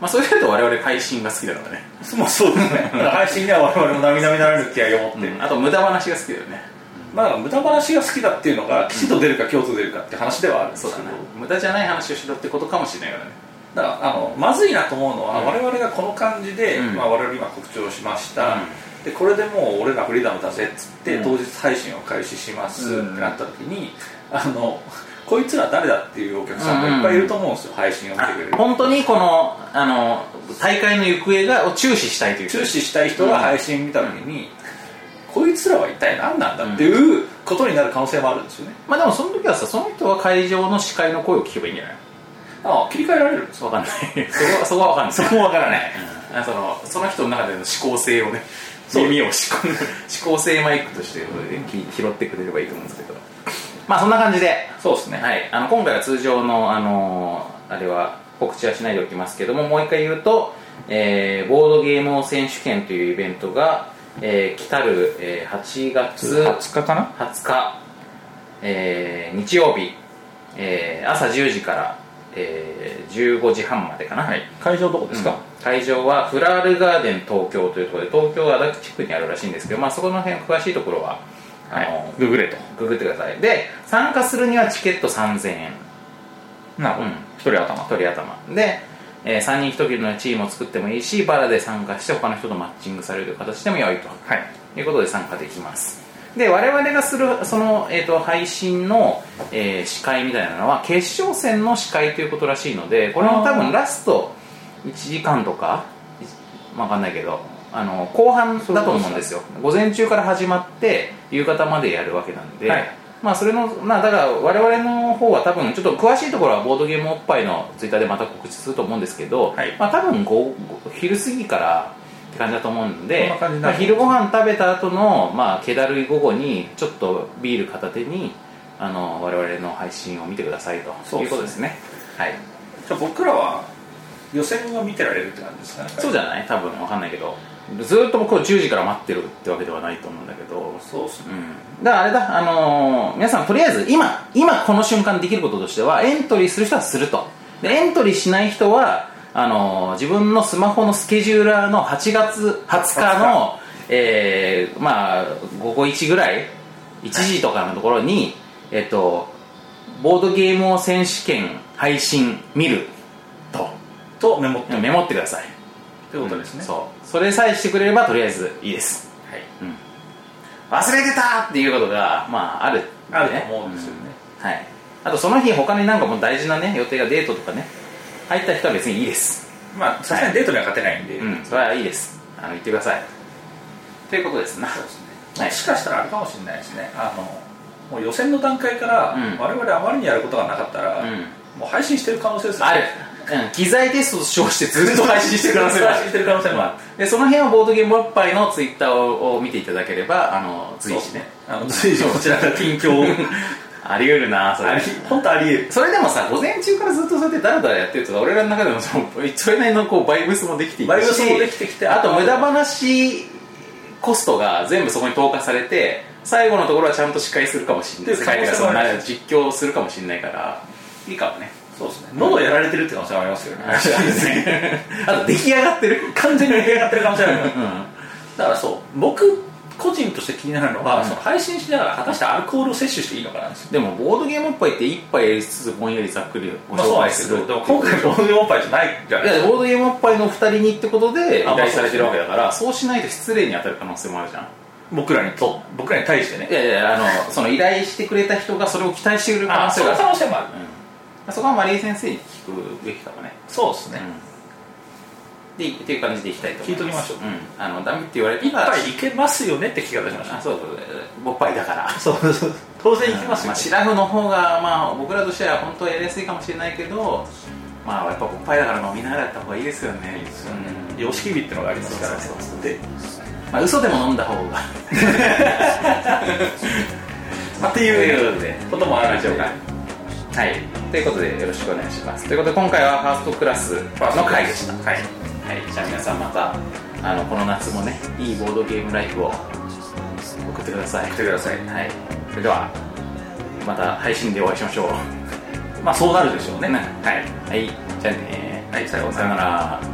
まあそういう人と我々会心が好きだからね、
まあそうですね配信には我々も並々ならぬ気合を持って、
うんあと無駄話が好きだよね
まあだから無駄話が好きだっていうのが吉と出るか京と出るかって話ではあるんです
そう
け
だ
ど
ね無駄じゃない話をしろってことかもしれないからね
だからあのまずいなと思うのは、
うん
我々がこの感じで、
うん
まあ、我々今告知をしました、
う
でこれでもう俺らフリーダムだぜっつって、
うん
当日配信を開始します
うん
ってなった時にあのこいつら誰だっていうお客さんがいっぱいいると思うんですよ、配信を見てくれる
あ本当にこのあの大会の行方がを注視したいという
注視したい人が配信見た時に、こいつらは一体何なんだっていうことになる可能性もあるんですよね
まあでもその時はさその人は会場の司会の声を聞けばいいんじゃない
あ切り替えられるんです
わかんない そこはそこはわかんない
そこもわからない
うんあそのその人の中での思考性をね
そう
耳を思考思考性マイクとして聞拾ってくれればいいと思うんですけどまあそんな感じで、
そうですね、
はい、あの今回は通常の、あのあれは告知はしないでおきますけどももう一回言うと、えーボードゲーム王選手権というイベントが、えー来たる、えー8月
20日かな
20日、えー日曜日、えー朝10時から、えー15時半までかな、
会場どこで
うん会場はフラールガーデン東京というところで東京足立区にあるらしいんですけど、まあ、そこの辺詳しいところはあの、
ググれと
ググってくださいで参加するにはチケット3000円
なる
ほど
一人頭
1人頭で、え3人1人のチームを作ってもいいしバラで参加して他の人とマッチングされるという形でも良いと
はい
いうことで参加できますで我々がするその、えー、と配信の、えー司会みたいなのは決勝戦の司会ということらしいのでこれも多分ラスト1時間とか分かんないけどあの後半だと思うんですよ午前中から始まって夕方までやるわけなんで、
はい
まあそれのまあだから我々の方は多分ちょっと詳しいところはボードゲームおっぱいのツイッターでまた告知すると思うんですけど、
はい
まあ多分ごご昼過ぎからって感じだと思うんで
そんな感じにな
まあ、
る
昼ご飯食べた後のまあ気だるい午後にちょっとビール片手にあの我々の配信を見てくださいと
そう
いう
ですね
ことですねはい
じゃあ僕らは予選を見てられるって感じですかね
そうじゃない多分わかんないけどずーっと僕は10時から待ってるってわけではないと思うんだけど
そうですね
うんだからあれだ、あのー皆さんとりあえず今今この瞬間できることとしてはエントリーする人はするとでエントリーしない人はあのー自分のスマホのスケジューラーの8月20日の、えーまあ、午後1ぐらい1時とかのところに、えっと、ボードゲーム王選手権配信見ると
とメモって
メモってください
ということですね、
うんそうそれさえしてくれればとりあえずいいです
はい
うん忘れてたっていうことが、まあ、ある、
あると思うんですよね、
うんはい、あとその日他になんかもう大事なね予定がデートとかね入った人は別にいいです
まあさすがにデートには勝てないんで、
うんそれはいいですあの言ってくださいということですな
そうですね
はい
もしかしたらあれかもしれないですねあのもう予選の段階から、
うん
我々あまりにやることがなかったら、
うん
もう配信してる可能性ですね
ある、うん、機材テストと称してずっと配信してください
配信してる可能性もある
でその辺はボードゲームおっぱいのツイッターをを見ていただければあの随時ね
あの随時こちら から近 況を
あり得るなそ
あ
れ
り本当あり得る
それでもさ午前中からずっとそうやってダラダラやってると俺らの中でもそのそれなりのこうバイブスもできてい
バイブスもできてきて
あと無駄話コストが全部そこに投下されて最後のところはちゃんと司会するかもしれない
で
司会というかその
可能性もある
実況するかもしれないからいいかもね
そうですね喉やられてるって可能性もありますよね
あと出来上がってる
完全に出来上がってる可能性ある
うん
だからそう僕個人として気になるの
う
は、
ん
その配信しながら果たしてアルコールを摂取していいのかなんですよ
でもボードゲームおっぱいって一杯やりつつぼんやりざっくりご紹介する、
でも今回ボードゲームおっぱいじゃないじゃない
いやボードゲームおっぱいの二人にってことで依
あまあ
頼されてるわけだからそうしないと失礼に当たる可能性もあるじゃん
僕らにと僕らに対してね
いやいやあのその依頼してくれた人がそれを期待してくれる可
あ
能
そ
性
う
が
可
あ
能性もある
る、うん、そこはマリー先生に聞くべきかもね
そうですね、
うんでっていう感じでいきたいと思います
聞いとき
うん、あのダメって言われた
一
ら
杯いけますよねって聞き方しました
あそうそうそうおっぱいだから
そうそう当然いけます
ま
よ、
あ、シラフの方が、まあ、僕らとしては本当はやりやすいかもしれないけど、まあ、やっぱおっぱいだから飲みながらやった方がいいですよね。うん
様式日ってのがありますからね
そうそう
で
まあ、嘘でも飲んだ方 が。
まあっ
と
ていう
ことで
こともあるんでしょうか
はい。ということで、よろしくお願いします。ということで、今回はファーストクラスの回でした。
はい
はい。じゃあ皆さんまた、あの、この夏もね、いいボードゲームライフを送ってください。送
ってください
はい。それでは、また配信でお会いしましょう。
まあそうなるでしょうね
はい。はい。じゃあね。
はいさようなら
さよなら。